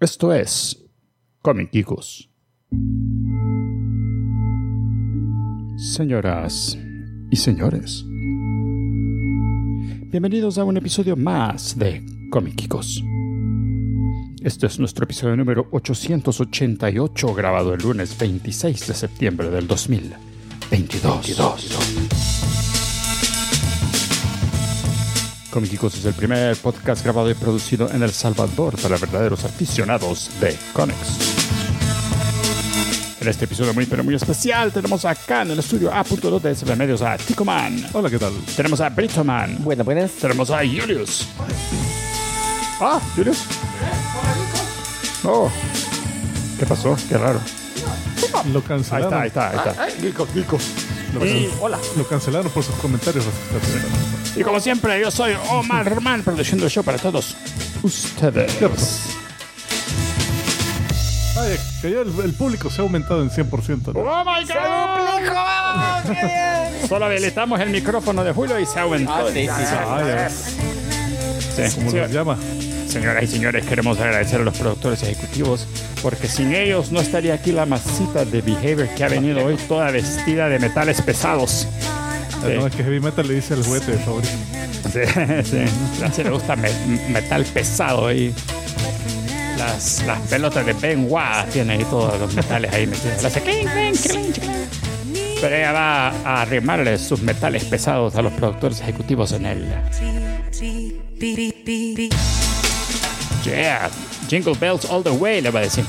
Esto es Comiquicos. Señoras y señores, bienvenidos a un episodio más de Comiquicos. Este es nuestro episodio número 888, grabado el lunes 26 de septiembre del 2022. 22. Comiquicos es el primer podcast grabado y producido en El Salvador para verdaderos aficionados de Conex. En este episodio muy pero muy especial tenemos acá en el estudio A.2 de SB Medios a Tico Man. Hola, ¿qué tal? Tenemos a Britoman. Bueno, buenas. Tenemos a Julius. Ah, Julius. Oh, ¿qué pasó? Qué raro. Lo Ahí cancelaron. está, ahí está, ahí Ah, está. eh, Nico, Nico. Lo, can- Y- Hola. lo cancelaron por sus comentarios. Y como siempre, yo soy Omar Herman, produciendo el show para todos ustedes. Ay, que ya el, el público se ha aumentado en 100%. ¿no? ¡Oh, my God! Solo habilitamos el micrófono de Julio y se aumentó. Ah, sí, sí, sí. Ay, ay, Sí, ¿Cómo sí. se llama? Señoras y señores, queremos agradecer a los productores ejecutivos porque sin ellos no estaría aquí la masita de Behavior que ha venido hoy toda vestida de metales pesados. Sí. No, es que Heavy Metal le dice el juguete favorito. Sí, sí. A ella le gusta me- metal pesado ahí. Las, las pelotas de Ben Wah tiene ahí todos los metales ahí metidos. Le hace clink, clink, clink, clink. Pero ella va a arrimarle sus metales pesados a los productores ejecutivos en el Yeah, Jingle Bells All the Way, le va a decir.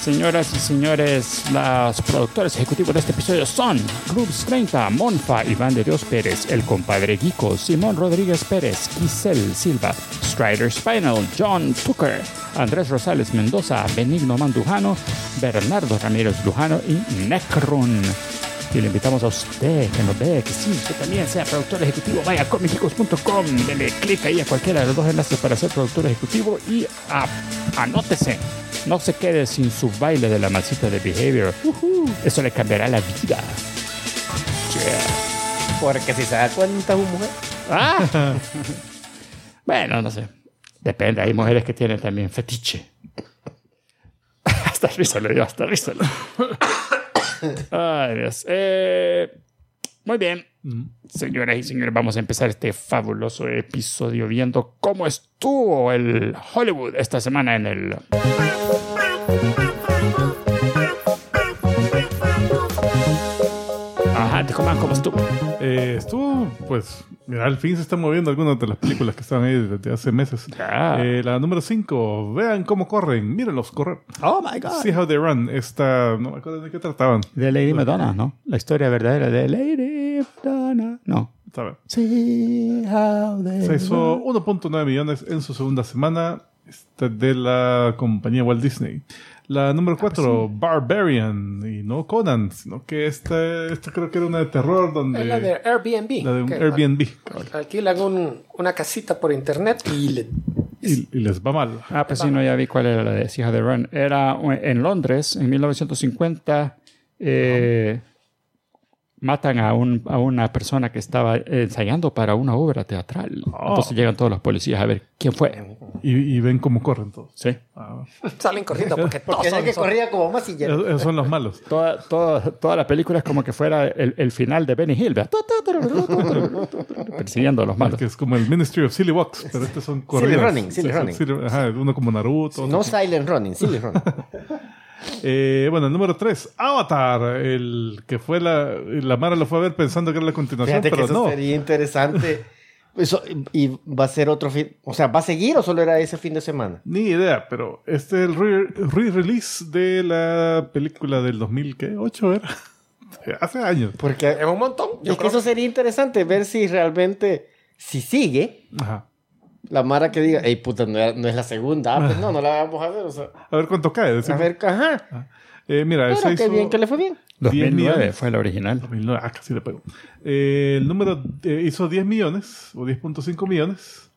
Señoras y señores, los productores ejecutivos de este episodio son Clubs 30, Monfa, Iván de Dios Pérez, El Compadre Guico, Simón Rodríguez Pérez, Giselle Silva, Strider Spinal, John Tucker, Andrés Rosales Mendoza, Benigno Mandujano, Bernardo Ramírez Lujano y Necron. Y le invitamos a usted que nos ve, que sí, que también sea productor ejecutivo, vaya a comicicos.com, dele clic ahí a cualquiera de los dos enlaces para ser productor ejecutivo y a- anótese. No se quede sin su baile de la masita de behavior. Eso le cambiará la vida. Yeah. Porque si se da cuenta un mujer. Ah. bueno, no sé. Depende, hay mujeres que tienen también fetiche. hasta risa le dio, hasta risa. le dio. Ay, Dios. Eh, muy bien. Señoras y señores, vamos a empezar este fabuloso episodio viendo cómo estuvo el Hollywood esta semana en el... Ajá, Tecomán, ¿cómo estuvo? Eh, estuvo, pues, mira, al fin se están moviendo algunas de las películas que estaban ahí desde hace meses. Ah. Eh, la número 5, vean cómo corren, mírenlos correr. Oh, my God. See how they run. Esta, no me acuerdo de qué trataban. De Lady Madonna, ¿no? La historia verdadera de Lady Madonna. No. A ver. See how they Se hizo 1.9 millones en su segunda semana esta de la compañía Walt Disney. La Ah, número pues 4, Barbarian, y no Conan, sino que esta, esta creo que era una de terror donde... Es la de Airbnb. la de un que Airbnb. Alquilan un- una casita por internet y le- Y, y les va mal. Ah, pues sí, no, ya vi cuál era la de Hija de Run. Era en Londres, en 1950, eh, matan a, un, a una persona que estaba ensayando para una obra teatral. Entonces llegan todos los policías a ver quién fue. Y, y ven cómo corren todos. Sí. Ah, es- salen corriendo porque, todos Porque son, que son- corría como masillero. esos son los malos. Toda, toda, toda la película es como que fuera el, el final de Benny Hill, ¿verdad? persiguiendo a los malos. Que es como el Ministry of Silly Walks, pero estos son corridas. running, silly Sí, son running. ajá, uno como Naruto. otro No silent running, silly running. Eh, bueno, el número 3, Avatar, el que fue la... La Mara lo fue a ver pensando que era la continuación, Fíjate que pero eso no. sería interesante. Eso- y va a ser otro fin. O sea, ¿va a seguir o solo era ese fin de semana? Ni idea, pero este es el re- re-release de la película del 2008, era. Eh, Hace años. Porque Es un montón. Yo es que creo eso sería interesante ver si realmente, si sigue, Ajá. la Mara que diga, hey puta, no, no es la segunda. Ah, pues no, no la vamos a hacer. O sea, A ver cuánto cae. a decimos. ver, ajá. Eh, mira, Pero ese qué hizo bien que le fue bien. 2009 millones. fue la original. 2009, ah, casi le pego. Eh, el número eh, hizo 10 millones o 10.5 millones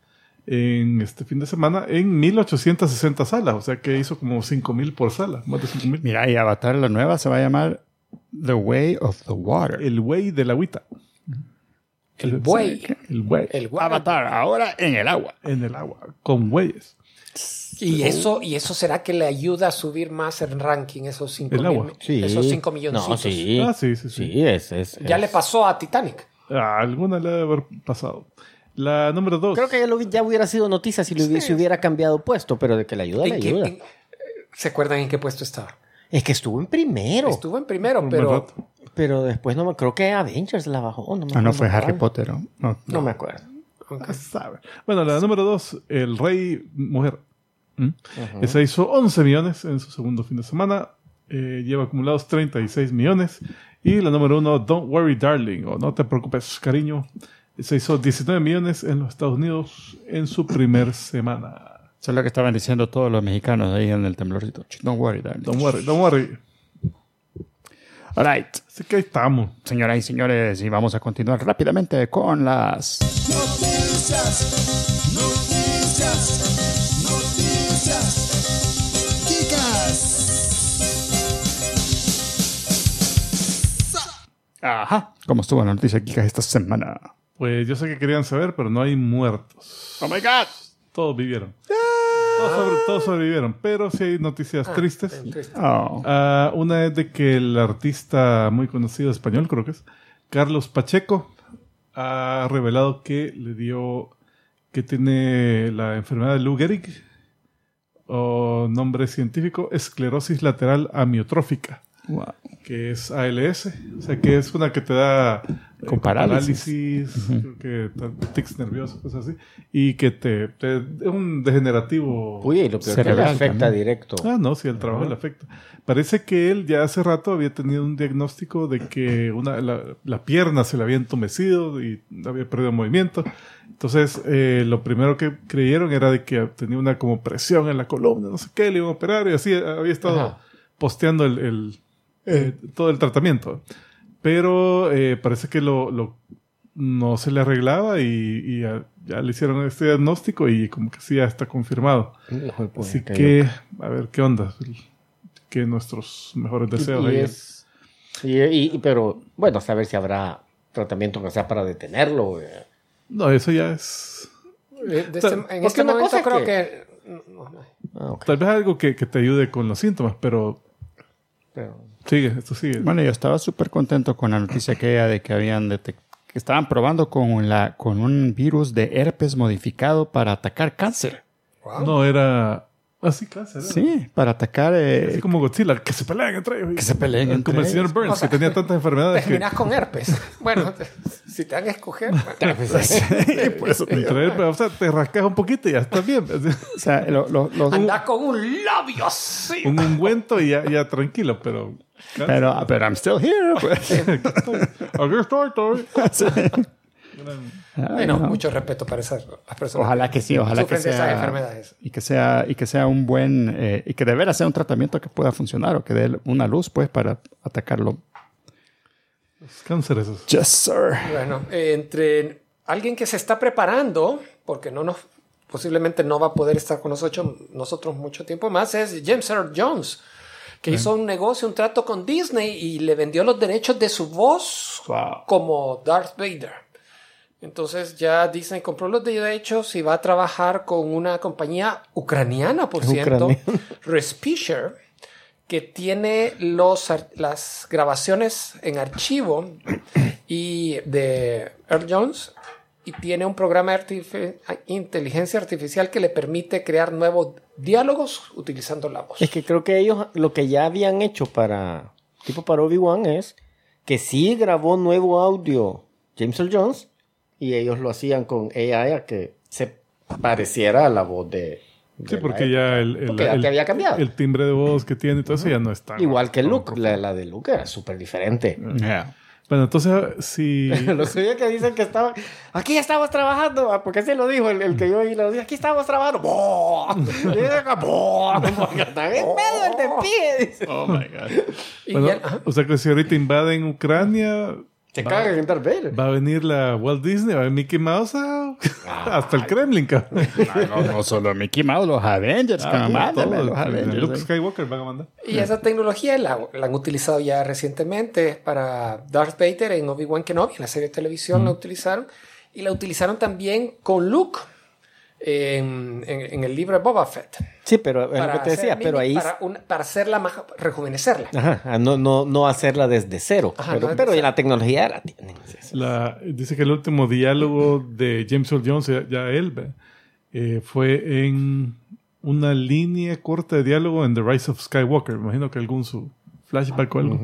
en este fin de semana en 1860 salas. O sea que hizo como 5.000 por sala. Más de 5.000. Mira, y Avatar, la nueva, se va a llamar The Way of the Water. El güey de la agüita. El buey. El güey. Eh. El guay. Avatar, ahora en el agua. En el agua. Con güeyes. Y eso, y eso será que le ayuda a subir más en ranking esos 5 El agua. Sí. Esos 5 milloncitos. No, sí. Ah, sí, sí, sí. Sí, es. es Ya es- le pasó a Titanic. Ah, alguna le debe haber pasado. La número dos. Creo que ya, lo hubi- ya hubiera sido noticia si, le hubi- si hubiera cambiado puesto, pero de que la ayuda, la ¿En qué- ayuda. en- ¿Se acuerdan en qué puesto estaba? Es que estuvo en primero, Estuvo en primero, Un buen pero rato. pero después no me creo que Avengers la bajó. No, me Ah, acuerdo no fue Harry cuál. Potter. ¿no? No. No me acuerdo. Ah, sabe. Bueno, la número dos, el rey mujer. ¿Mm? Ujú. Esa hizo 11 millones en su segundo fin de semana. Eh, lleva acumulados 36 millones. Y la número uno, Don't Worry Darling, o No Te Preocupes, Cariño. Se hizo 19 millones en los Estados Unidos en su primer semana. Eso es lo que estaban diciendo todos los mexicanos ahí en el temblorcito. Ch, Don't worry, darling. Don't worry, don't worry. All right, Así que ahí estamos. señoras y señores, y vamos a continuar rápidamente con las... Noticias, noticias, noticias. Chicas. Ajá. ¿Cómo estuvo la noticia Kika esta semana? Pues yo sé que querían saber, pero no hay muertos. Oh my God. Todos vivieron. Todos, sobre- todos sobrevivieron, pero sí hay noticias tristes. Entonces, Oh. Ah, una es de que el artista muy conocido español, creo que es, Carlos Pacheco, ha revelado que le dio, que tiene la enfermedad de Lou Gehrig, o nombre científico, esclerosis lateral amiotrófica, Wow. que es ALS, o sea que es una que te da eh, Con parálisis. parálisis, que te da tics nerviosos, cosas así, y que te, te- es un degenerativo. Uy, y lo peor que le Cerebral afecta también. directo. Ah, no, sí, el trabajo le afecta. Parece que él ya hace rato había tenido un diagnóstico de que una, la, la pierna se le había entumecido y había perdido movimiento. Entonces, eh, lo primero que creyeron era de que tenía una como presión en la columna, no sé qué, le iban a operar y así había estado Ajá. posteando el, el, eh, todo el tratamiento. Pero eh, parece que lo, lo- no se le arreglaba y, y ya, ya le hicieron este diagnóstico y como que sí, ya está confirmado. No, joder, pues, Así que- que, a ver, ¿qué onda? Que nuestros mejores deseos Y, ahí. es- y- y- y- pero bueno, saber si habrá tratamiento que sea para detenerlo. eh. No, eso ya es. de- de O sea, este- en porque este una momento cosa es creo que- que... no, no, Ah, ok. Tal vez algo que, que te ayude con los síntomas, pero Pero- sigue, esto sigue. Bueno, yo estaba súper contento con la noticia aquella de que habían detec- que estaban probando con la con un virus de herpes modificado para atacar cáncer. wow. No, era. Así, cáncer. era. Sí, para atacar eh, Así como Godzilla, que se peleen entre ellos. que se peleen entre Como el señor ellos. Burns, O sea, que tenía tantas enfermedades que Terminás con herpes. Bueno, te- si te dan a escoger... pues, Sí, por eso te digo. entre él, o sea, te rascas un poquito y ya estás bien. Así, O sea, lo- lo- los- Andás con un labio así. Un ungüento y ya, ya tranquilo, pero. cáncer. pero, pero I'm still here. pues. Aquí estoy, estoy. Sí. Bueno, mucho respeto para esas las personas. Ojalá que sí, ojalá que Sufren de esas sea, enfermedades. y que sea y que sea un buen eh, y que de veras sea un tratamiento que pueda funcionar o que dé una luz pues para atacarlo. Cáncer esos. Yes, sir. Bueno, eh, entre alguien que se está preparando, porque no nos posiblemente no va a poder estar con nosotros, nosotros mucho tiempo más, es James Earl Jones, que hizo un negocio, un trato con Disney y le vendió los derechos de su voz Wow. como Darth Vader. Entonces ya Disney compró los derechos y va a trabajar con una compañía ucraniana, por cierto, Ucraniana. Respisher, que tiene los, ar- las grabaciones en archivo y de Earl Jones y tiene un programa de artifi- inteligencia artificial que le permite crear nuevos diálogos utilizando la voz. Es que creo que ellos lo que ya habían hecho para tipo para Obi-Wan es que sí grabó nuevo audio James Earl Jones y ellos lo hacían con AI a que se pareciera a la voz de, de Sí, la porque época. ya el, el- Porque ya el- te había cambiado. el timbre de voz que tiene y todo eso ya no está. igual que Luke, la, la de Luke era súper diferente. Bueno, entonces, si. Lo suyo que dicen que estaba aquí estamos trabajando, ah, porque se lo dijo el, el que yo oí, lo dijo, aquí estamos trabajando. ¡Boh! Y dice, "Boh", porque está en medio del tepí, dice. Oh my God. Y bueno, ya- ajá. o sea que si ahorita invaden Ucrania, Se caga en Darth Vader. va a venir la Walt Disney, va a venir Mickey Mouse, ah, hasta el Kremlin, cabrón. Ah, No, no, no solo Mickey Mouse, los Avengers, Ah, cabrón, todos, mándame los el Avengers. Luke Skywalker van a mandar. Y esa tecnología la, la han utilizado ya recientemente para Darth Vader en Obi-Wan Kenobi, en la serie de televisión la utilizaron. Y la utilizaron también con Luke en, en- en el libro de Boba Fett. Sí, pero es lo Para que hacer te decía, mini- pero ahí... Para, una- para hacerla más, rejuvenecerla. Ajá, no, no, no hacerla desde cero. Ajá, pero no desde pero cero. la tecnología la tienen. La- dice que el último diálogo de James Earl Jones, ya, ya él, ¿ve? Eh, fue en una línea corta de diálogo en The Rise of Skywalker. Me imagino que algún su flashback o algo.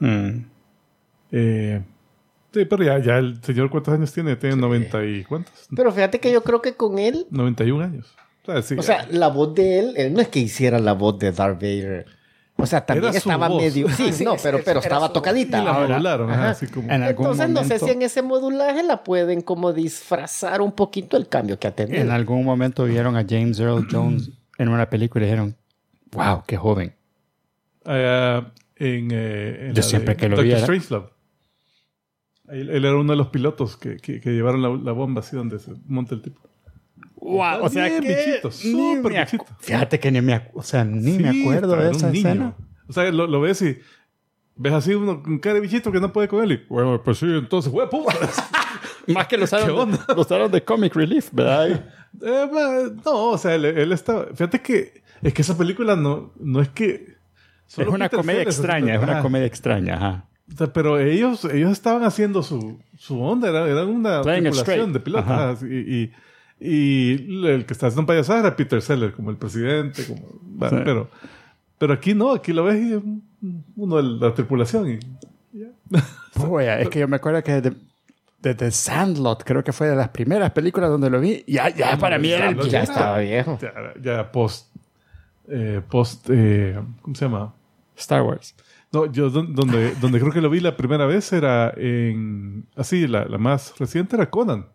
Mm. Eh, sí, pero ya, ya el señor, ¿cuántos años tiene? Tiene 90 y cuántos? Pero fíjate que yo creo que con él, 91 años. O sea, sí, o sea, la voz de él, él no es que hiciera la voz de Darth Vader. O sea, también Era su estaba voz. medio... Sí, Sí, no, es- pero, es- pero era estaba su- y tocadita. Ah, la Ahora, modularon, ajá, Ajá. así como- En algún Entonces no sé momento- si en ese modulaje la pueden como disfrazar un poquito el cambio que ha tenido. En algún momento vieron a James Earl Jones en una película y dijeron, wow, qué joven. Ah, en, eh, en Yo la siempre de que lo Dr. vi era- Strangelove. Él, él era uno de los pilotos que, que- que llevaron la, la bomba así donde se monta el tipo. Wow, o sea Bien que bichito, ni me súper acu- bichito. Fíjate que ni me, acu- o sea, ni me Sí, acuerdo estaba- de era un esa niño. escena. O sea, lo, lo ves y ves así uno con cara de bichito que no puede con él y, bueno, pues sí, entonces, güey, pum. Más que los usaron, de, lo usaron de comic relief, ¿verdad? Eh, bueno, no, o sea, él, él está... Fíjate que es que esa película no, no es que... es solo una Peter comedia Sellers, extraña, es una ajá. comedia extraña, ajá. O sea, pero ellos, ellos estaban haciendo su, su onda, era, era una Playing it tripulación straight. de pilotos. Ajá. ajá, sí, Y, y- y el que está haciendo payasadas era Peter Seller, como el presidente. Como, va, Sí. pero, pero aquí no, aquí lo ves y es un- uno de la tripulación. Y, Boy, es que yo me acuerdo que de- desde Sandlot, creo que fue de las primeras películas donde lo vi, ya, ya para mí era el Sandlot, ya ya. estaba viejo. ya, ya post, eh, post eh, ¿cómo se llama? Star Wars. No, yo don- donde, donde creo que lo vi la primera vez era en, así, la, la más reciente era Conan.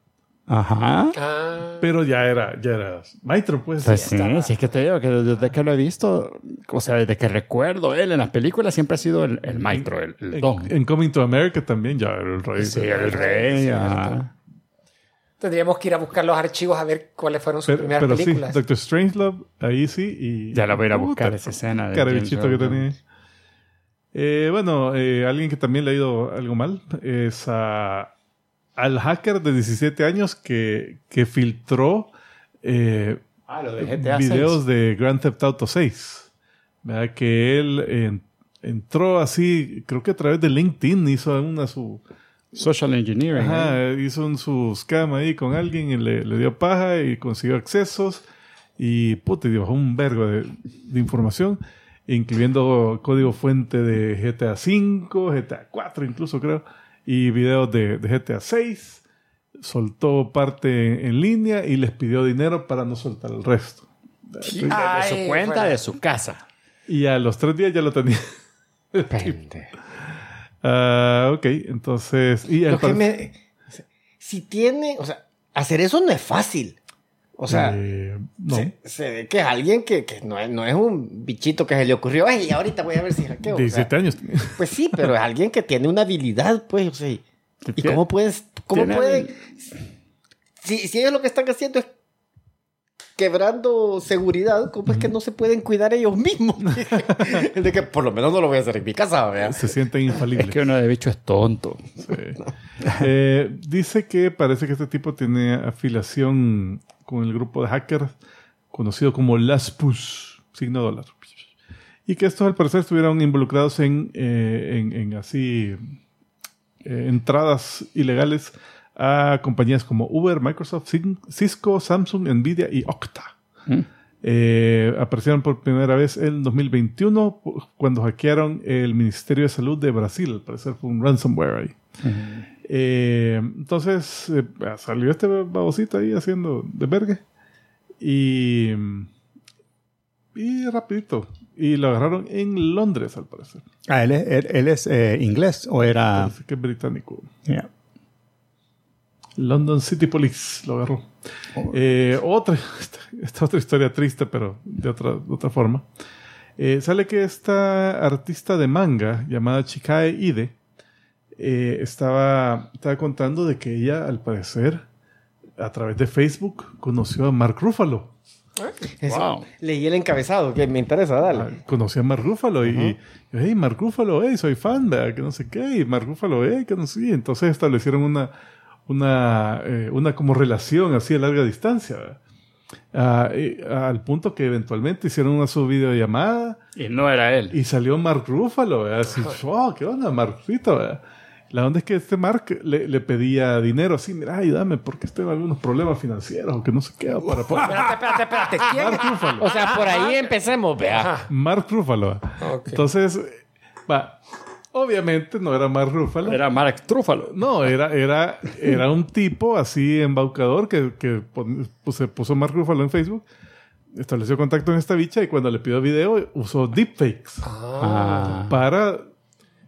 Ajá. Ah, Pero ya era, ya era maestro, pues. Pues sí, si es que te digo que desde que lo he visto, o sea, desde que recuerdo él en las películas siempre ha sido el, el maestro, el, el En, don. en Coming to America también ya era el rey. eh, Sí, el rey. ajá. tendríamos que ir a buscar los archivos a ver cuáles fueron sus Pero, primeras pero sí, películas. Doctor Strangelove, ahí sí. Y, Ya la voy a ir a Puta, buscar esa escena. de Carabichito James que Earl tenía. ahí. Eh, bueno, eh, alguien que también le ha ido algo mal es a- al hacker de 17 años que, que filtró eh, videos de Grand Theft Auto 6. ¿verdad? Que él eh, entró así, creo que a través de LinkedIn hizo una su, Social engineering. ¿eh? Ajá, hizo un, su scam ahí con alguien y le, le dio paja y consiguió accesos y puta, y bajó un vergo de, de información, incluyendo código fuente de GTA V, GTA 4 incluso creo, y videos de, de GTA 6. Soltó parte en línea y les pidió dinero para no soltar el resto. Ah. De, de Ay, su cuenta, ah, fuera. de su casa. Y a los tres días ya lo tenía. Pende. Ah, ok, entonces... Y al Lo que parecer- me- Si tiene, o sea, hacer eso no es fácil. O sea, Eh, no. se, se ve que es alguien que, que no, es, no es un bichito que se le ocurrió, ay, ahorita voy a ver si hackeo. o sea, 17 años tenía. pues sí, pero es alguien que tiene una habilidad, pues, o sea, ¿y y Tiene- cómo puedes, cómo tiene pueden? Si, si ellos lo que están haciendo es quebrando seguridad, ¿cómo es que no se pueden cuidar ellos mismos? de que por lo menos no lo voy a hacer en mi casa, ¿verdad? Se sienten infalibles. Es que uno de bicho es tonto. Sí. Eh, dice que parece que este tipo tiene afiliación con el grupo de hackers conocido como Laspus, signo dólar. Y que estos al parecer estuvieron involucrados en, eh, en, en así eh, entradas ilegales a compañías como Uber, Microsoft, Cin- Cisco, Samsung, Nvidia y Okta. Mm. Eh, aparecieron por primera vez en 2021 pu- cuando hackearon el Ministerio de Salud de Brasil. Al parecer fue un ransomware ahí. Eh, entonces eh, salió este babosito ahí haciendo de vergue. Y, y rapidito. Y lo agarraron en Londres, al parecer. Ah, él es, él- él es, eh, inglés o era. Parece que es británico. Yeah. London City Police lo agarró. Eh, otra, esta, esta otra historia triste, pero de otra, de otra forma. Eh, sale que esta artista de manga llamada Chikae Ide eh, estaba, estaba contando de que ella, al parecer, a través de Facebook, conoció a Mark Ruffalo. Eso. Wow. Leí el encabezado, que me interesa, dale. Ah, Conocí a Mark Ruffalo y, y, hey, Mark Ruffalo, hey, soy fan, ¿verdad? que no sé qué, y Mark Ruffalo, hey, que no sé qué. Entonces establecieron una, una, eh, una como relación así a larga distancia. ¿verdad? Ah, y- al punto que eventualmente hicieron una su videollamada Y no era él. y salió Mark Ruffalo, ¿verdad? así, oh, ¿qué onda, Marcito? ¿verdad? La onda es que este Mark le, le pedía dinero, así, mira, ayúdame, porque este estoy en algunos problemas financieros, o que no sé qué, o para poder- Espérate, espérate, espérate. ¿Quién? Mark Ruffalo. O sea, por ahí empecemos, vea. Ajá. Mark Ruffalo. Ah, Ok. Entonces, va, obviamente no era Mark Ruffalo. Era Mark Trúfalo. No, era, era, era un tipo así embaucador que, que pon- pues, se puso Mark Ruffalo en Facebook, estableció contacto en esta bicha y cuando le pidió video usó deepfakes Ah. para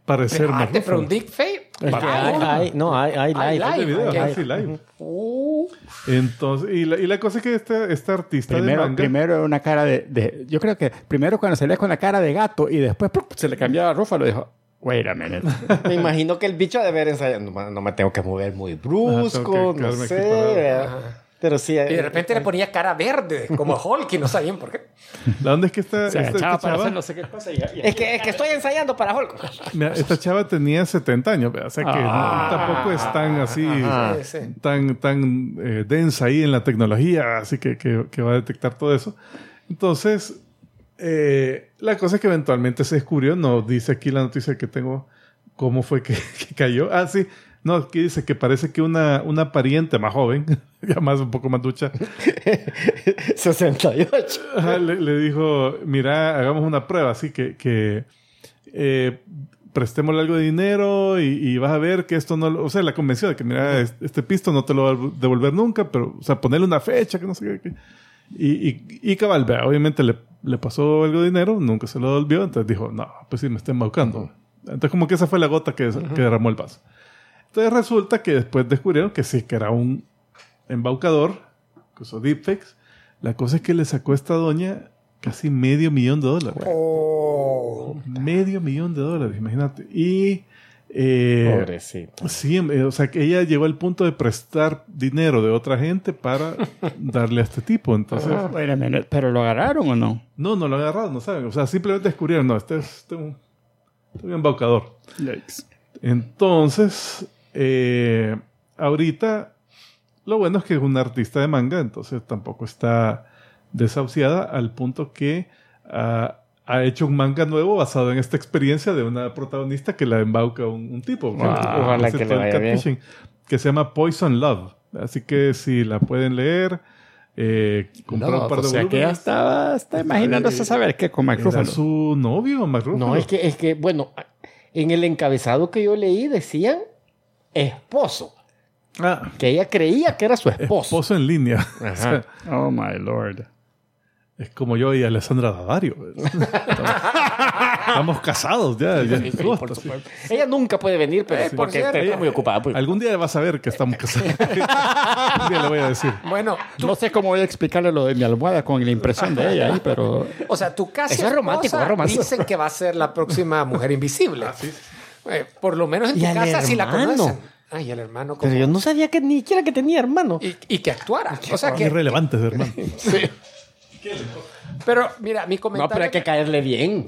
parecer Ah, Mark te Ruffalo. pregunté fake. Es que hay, hay- no, hay, hay Hay live. De live. Este video, ok. ajá, sí, live. Uh, Entonces, y la, y la cosa es que este, este artista de Ah, Primero, manga, primero era una cara de, de- Yo creo que primero cuando salía con la cara de gato y después ¡prup! se le cambiaba a Rúfalo, dijo, wait a minute. Me imagino que el bicho ha de haber ensayado. No, ma- no me Ah, tengo que mover muy brusco, que no quedarme aquí sé. parado. vea. Pero sí. eh, y de repente le ponía cara verde, como Hulk, y no sabían por qué. la onda es que esta, Se esta- agachaba para esta chava, hacer no sé qué cosa y, y- Es que, es que estoy ensayando para Hulk. mira, esta chava tenía 70 años, ¿verdad? o sea que no- Ah. tampoco es tan así, Ajá. Ah. Sí, sí. tan, tan eh, densa ahí en la tecnología, así que, que- que va a detectar todo eso. Entonces, eh, la cosa es que eventualmente se descubrió, no dice aquí la noticia que tengo, cómo fue que, que cayó. Ah, sí, no, aquí dice que parece que una, una pariente más joven, ya más un poco más ducha, 68. Ajá, le, le dijo, mira, hagamos una prueba, así que, que eh, prestémosle algo de dinero y, y vas a ver que esto no... lo- O sea, la convenció de que, mira, es- este pisto no te lo va a devolver nunca, pero, o sea, ponerle una fecha, que no sé qué. que- y, y, y cabal, vea, obviamente le, le pasó algo de dinero, nunca se lo devolvió, entonces dijo, no, pues sí, me está embaucando. Entonces como que esa fue la gota que, que derramó el vaso. Entonces resulta que después descubrieron que sí, que era un embaucador, que usó deepfakes. La cosa es que le sacó a esta doña casi medio millón de dólares. Oh. Medio millón de dólares, imagínate. Y... eh, Pobrecito. Sí, eh, o sea, que ella llegó al punto de prestar dinero de otra gente para darle a este tipo. Entonces, Wait a minute, ¿Pero lo agarraron o no? no, no lo agarraron, no saben. O sea, simplemente descubrieron, no, este es, este es un, este es un embaucador. Entonces, eh, ahorita, lo bueno es que es una artista de manga, entonces tampoco está desahuciada al punto que ah, ha hecho un manga nuevo basado en esta experiencia de una protagonista que la embauca un, un tipo. Ah, Ojalá Ese que le todo el vaya bien. catfishing, Que se llama Poison Love. Así que si la pueden leer, eh, comprar un par pues, o de sea, que ya volúmenes. estaba, está imaginándose saber qué con Mark Era Ruffalo. su novio, Mark No, Ruffalo. es que, es que, bueno, en el encabezado que yo leí decían esposo. Ah, Que ella creía que era su esposo. esposo en línea. O sea, Ajá. Oh, my lord. Es como yo y Alessandra Daddario. Estamos, estamos casados ya. ya en agosto, sí. Ella nunca puede venir, pero Eh, es por porque cierto. está, está muy ocupada. pues. Algún día vas a ver que estamos casados. Un día le voy a decir. Bueno, tú- No sé cómo voy a explicarle lo de mi almohada con la impresión de ella ahí, pero o sea, tu casi Eso es romántico, esposa es romántico. dicen que va a ser la próxima mujer invisible. Ah, Eh, por lo menos en Y tu al casa sí la hermano. conocen. Ay, el hermano. como- Pero yo no sabía que ni siquiera que tenía hermano. y, y que actuara. O sea Qué que. irrelevantes, hermano. Pero mira, mi No, comentario. pero hay que caerle bien.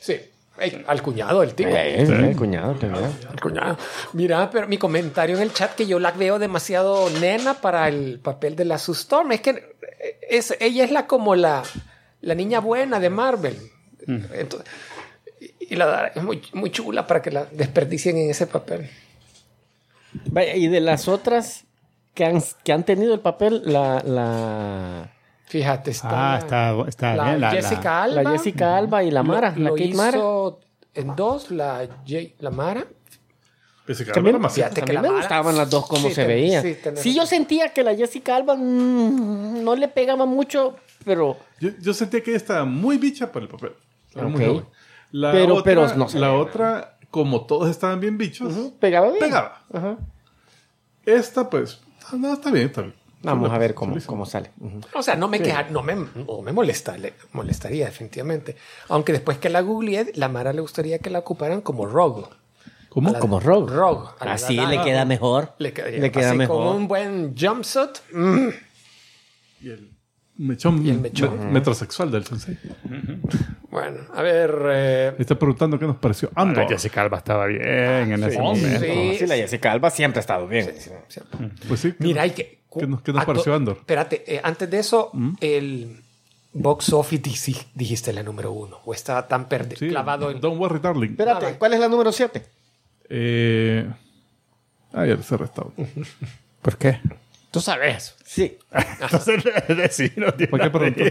Sí, Ey, al cuñado del tipo. Eh, eh, cuñado, cuñado. Al cuñado. Mira, pero mi comentario en el chat que yo la veo demasiado nena para el papel de la Sue Storm. Es que eh, es, ella es la como la, la niña buena de Marvel. Entonces, y y la es muy, muy chula para que la desperdicien en ese papel. Vaya, y de las otras que han, que han tenido el papel, la, la, Fíjate, está, Ah, está, está la bien. La, la- Jessica Alba. la Jessica Alba y la Mara, lo, la lo Kate hizo Mara. en dos, la, J- la Mara. Pensé que También, era más- fíjate Pues a que mí la me Mara- gustaban las dos como Sí, se ten- veían. sí, Sí, tenés yo razón. sentía que la Jessica Alba mm, no le pegaba mucho, pero Yo, yo sentía que ella estaba muy bicha para el papel. Estaba muy Ok. joven. La Pero- otra, pero no se La ve. otra, como todos estaban bien bichos, pegaba bien. pegaba. Ajá. Esta, pues, ah, no, está bien, está bien. Vamos a ver cómo, Solísimo. cómo sale. O sea, no me queja, no me, no me molesta, le- molestaría definitivamente. Aunque después que la googleé, la Mara le gustaría que la ocuparan como Rogue. ¿Cómo? La- Como Rogue. Rogue. A la Así Dana. le queda mejor. Le queda, Le queda así mejor. Con un buen jumpsuit. Mm. Y el mechón, Y el mechón. me- metrosexual del sensei. Bueno, a ver. eh, Está preguntando qué nos pareció. Ah, la Andor. Jessica Alba estaba bien en ese Hombre. momento. sí, Sí, la Jessica Alba siempre ha estado bien. sí. Pues sí. Mira, y que, ¿Qué nos- qué nos pareció Andor? Mm. Espérate, eh, antes de eso, el box office dij- dijiste la número uno. O estaba tan perdido, Sí, clavado en. Don't worry, darling. Espérate, Ah, va. ¿cuál es la número 7? Eh, ah, ya se restauró. ¿Por qué? Tú sabes. Sí. Entonces le decimos. ¿Por qué preguntó?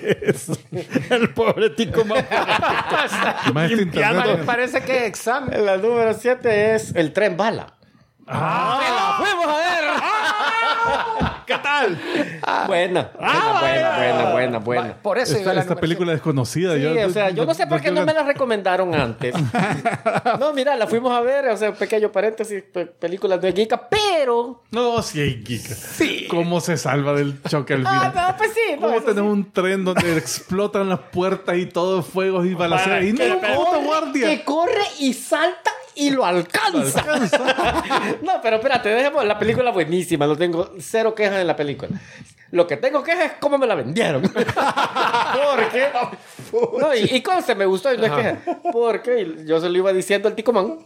El pobre tico más. Además, este Ya, internet- vale, parece que examen. La número 7 es el tren bala. Ah. ¡Ah! ¿Qué tal? Buena, buena, buena, buena, buena, buena. Por eso iba Esta, la esta número película desconocida. Sí, o sea, yo no sé por qué no quiero- me la recomendaron antes. No, mira, la fuimos a ver, o sea, un pequeño paréntesis, pe- películas de Geeka, pero... No, sí hay geek. Sí. ¿Cómo se salva del choque al Ah, final? no, pues sí. No, ¿Cómo eso sí. tenemos un tren donde explotan las puertas y todo fuegos y balaceras? Y no, que puta corre, guardia. que corre y salta y lo alcanza. no, pero espérate, dejemos la película buenísima. No tengo cero quejas en la película. Lo que tengo quejas es cómo me la vendieron. Porque. No, y, y conste, me gustó y no es queja. Porque yo se lo iba diciendo al Ticomán.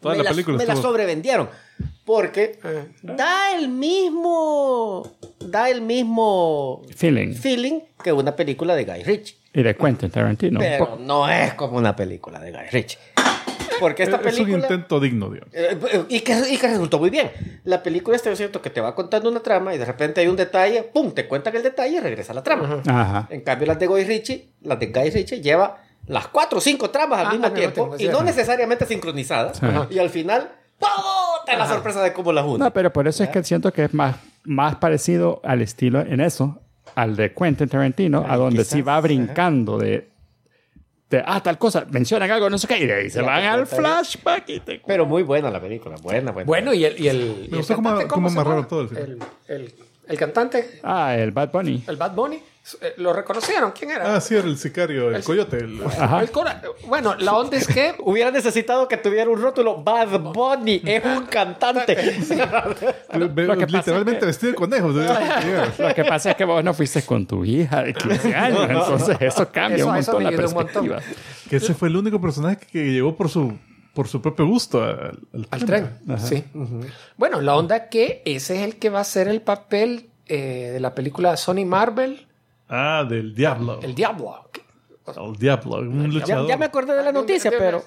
Toda me la película me la estuvo- Eh. sobrevendieron. Porque da el mismo. Da el mismo Feeling. feeling que una película de Guy Ritchie. Y de Quentin Tarantino. Pero no es como una película de Guy Ritchie. Porque esta Es un película... intento digno, digamos. eh, eh, y, que, y que resultó muy bien. La película este es cierto que te va contando una trama y de repente hay un detalle, pum, te cuentan el detalle y regresa la trama. Ajá. En cambio las de Guy Ritchie, las de Guy Ritchie lleva las cuatro o cinco tramas al Ah, mismo al mismo tiempo tiempo, y sí. no necesariamente sincronizadas. Ajá. Y al final, ¡pum! Te la sorpresa de cómo las une. No, pero por eso es que siento que es más, más parecido al estilo en eso, al de Quentin Tarantino, a donde sí quizás, va brincando de, de, ah, tal cosa, mencionan algo, no sé qué, y de ahí se Ya van te al cuenta, flashback y te... Pero muy buena la película, buena, buena. Bueno, y el. Y el Me y el gustó cómo- cantante, cómo se amarraron llama? todo el final. El, el, el cantante, Ah, el Bad Bunny. el Bad Bunny, eh, ¿lo reconocieron? ¿Quién era? Ah, sí, era el sicario, el coyote. el- Ajá. El cora- Bueno, la onda es que Hubiera necesitado que tuviera un rótulo Bad Bunny, es un cantante. Ve- lo que pasa literalmente es que- vestido de conejo. ¿sí? Lo que pasa es que vos no fuiste con tu hija de 15 años, entonces eso cambia Eso- un eso montón me la ayudó un montón. perspectiva. que ese fue el único personaje que llegó por su, por su propio gusto al, al Al tren, sí. Bueno, la onda que ese es el que va a ser el papel eh, de la película Sony Marvel, Ah, del diablo. El Diablo. Que- El diablo, un Ya, luchador. ya me acordé de la noticia, pero.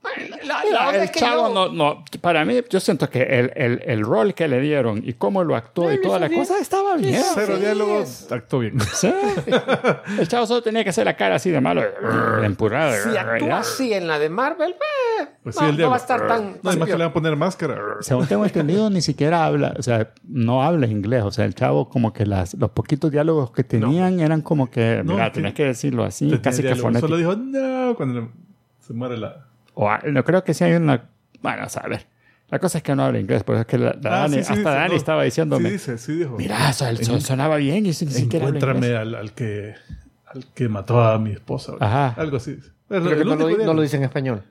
Bueno, La, la Ah, onda el es que chavo yo- no, no, para mí yo siento que el, el, el rol que le dieron y cómo lo actuó y toda la cosa estaba bien. Cero Sí, diálogo, es- actuó bien. Sí. El chavo solo tenía que hacer la cara así de malo, de empurrado. Si actúa así en la de Marvel, eh, Pues sí, no, el no va diablo. a estar tan... No, tan además que peor. le van a poner máscara. Según tengo entendido, ni siquiera habla, o sea, no habla inglés. O sea, el chavo, como que las, los poquitos diálogos que tenían eran como que, No, mira, que- tenés que decirlo así, Tenía casi que diálogo, fonético. Solo dijo, no, cuando le- se muere la... O a- no creo que sí hay una. Bueno, o sea, a ver. La cosa es que no habla inglés, por eso es que la- la Ah, Dani- sí, sí, hasta dice, Dani no. estaba Sí, diciéndome: dice, sí dijo. Mirá, o sea, el son- sonaba bien y eso ni siquiera habla Encuéntrame inglés". al, al que al que mató a mi esposa. Ajá. Algo así. Es Creo el que no único lo, di- no diálogo. lo dice en español.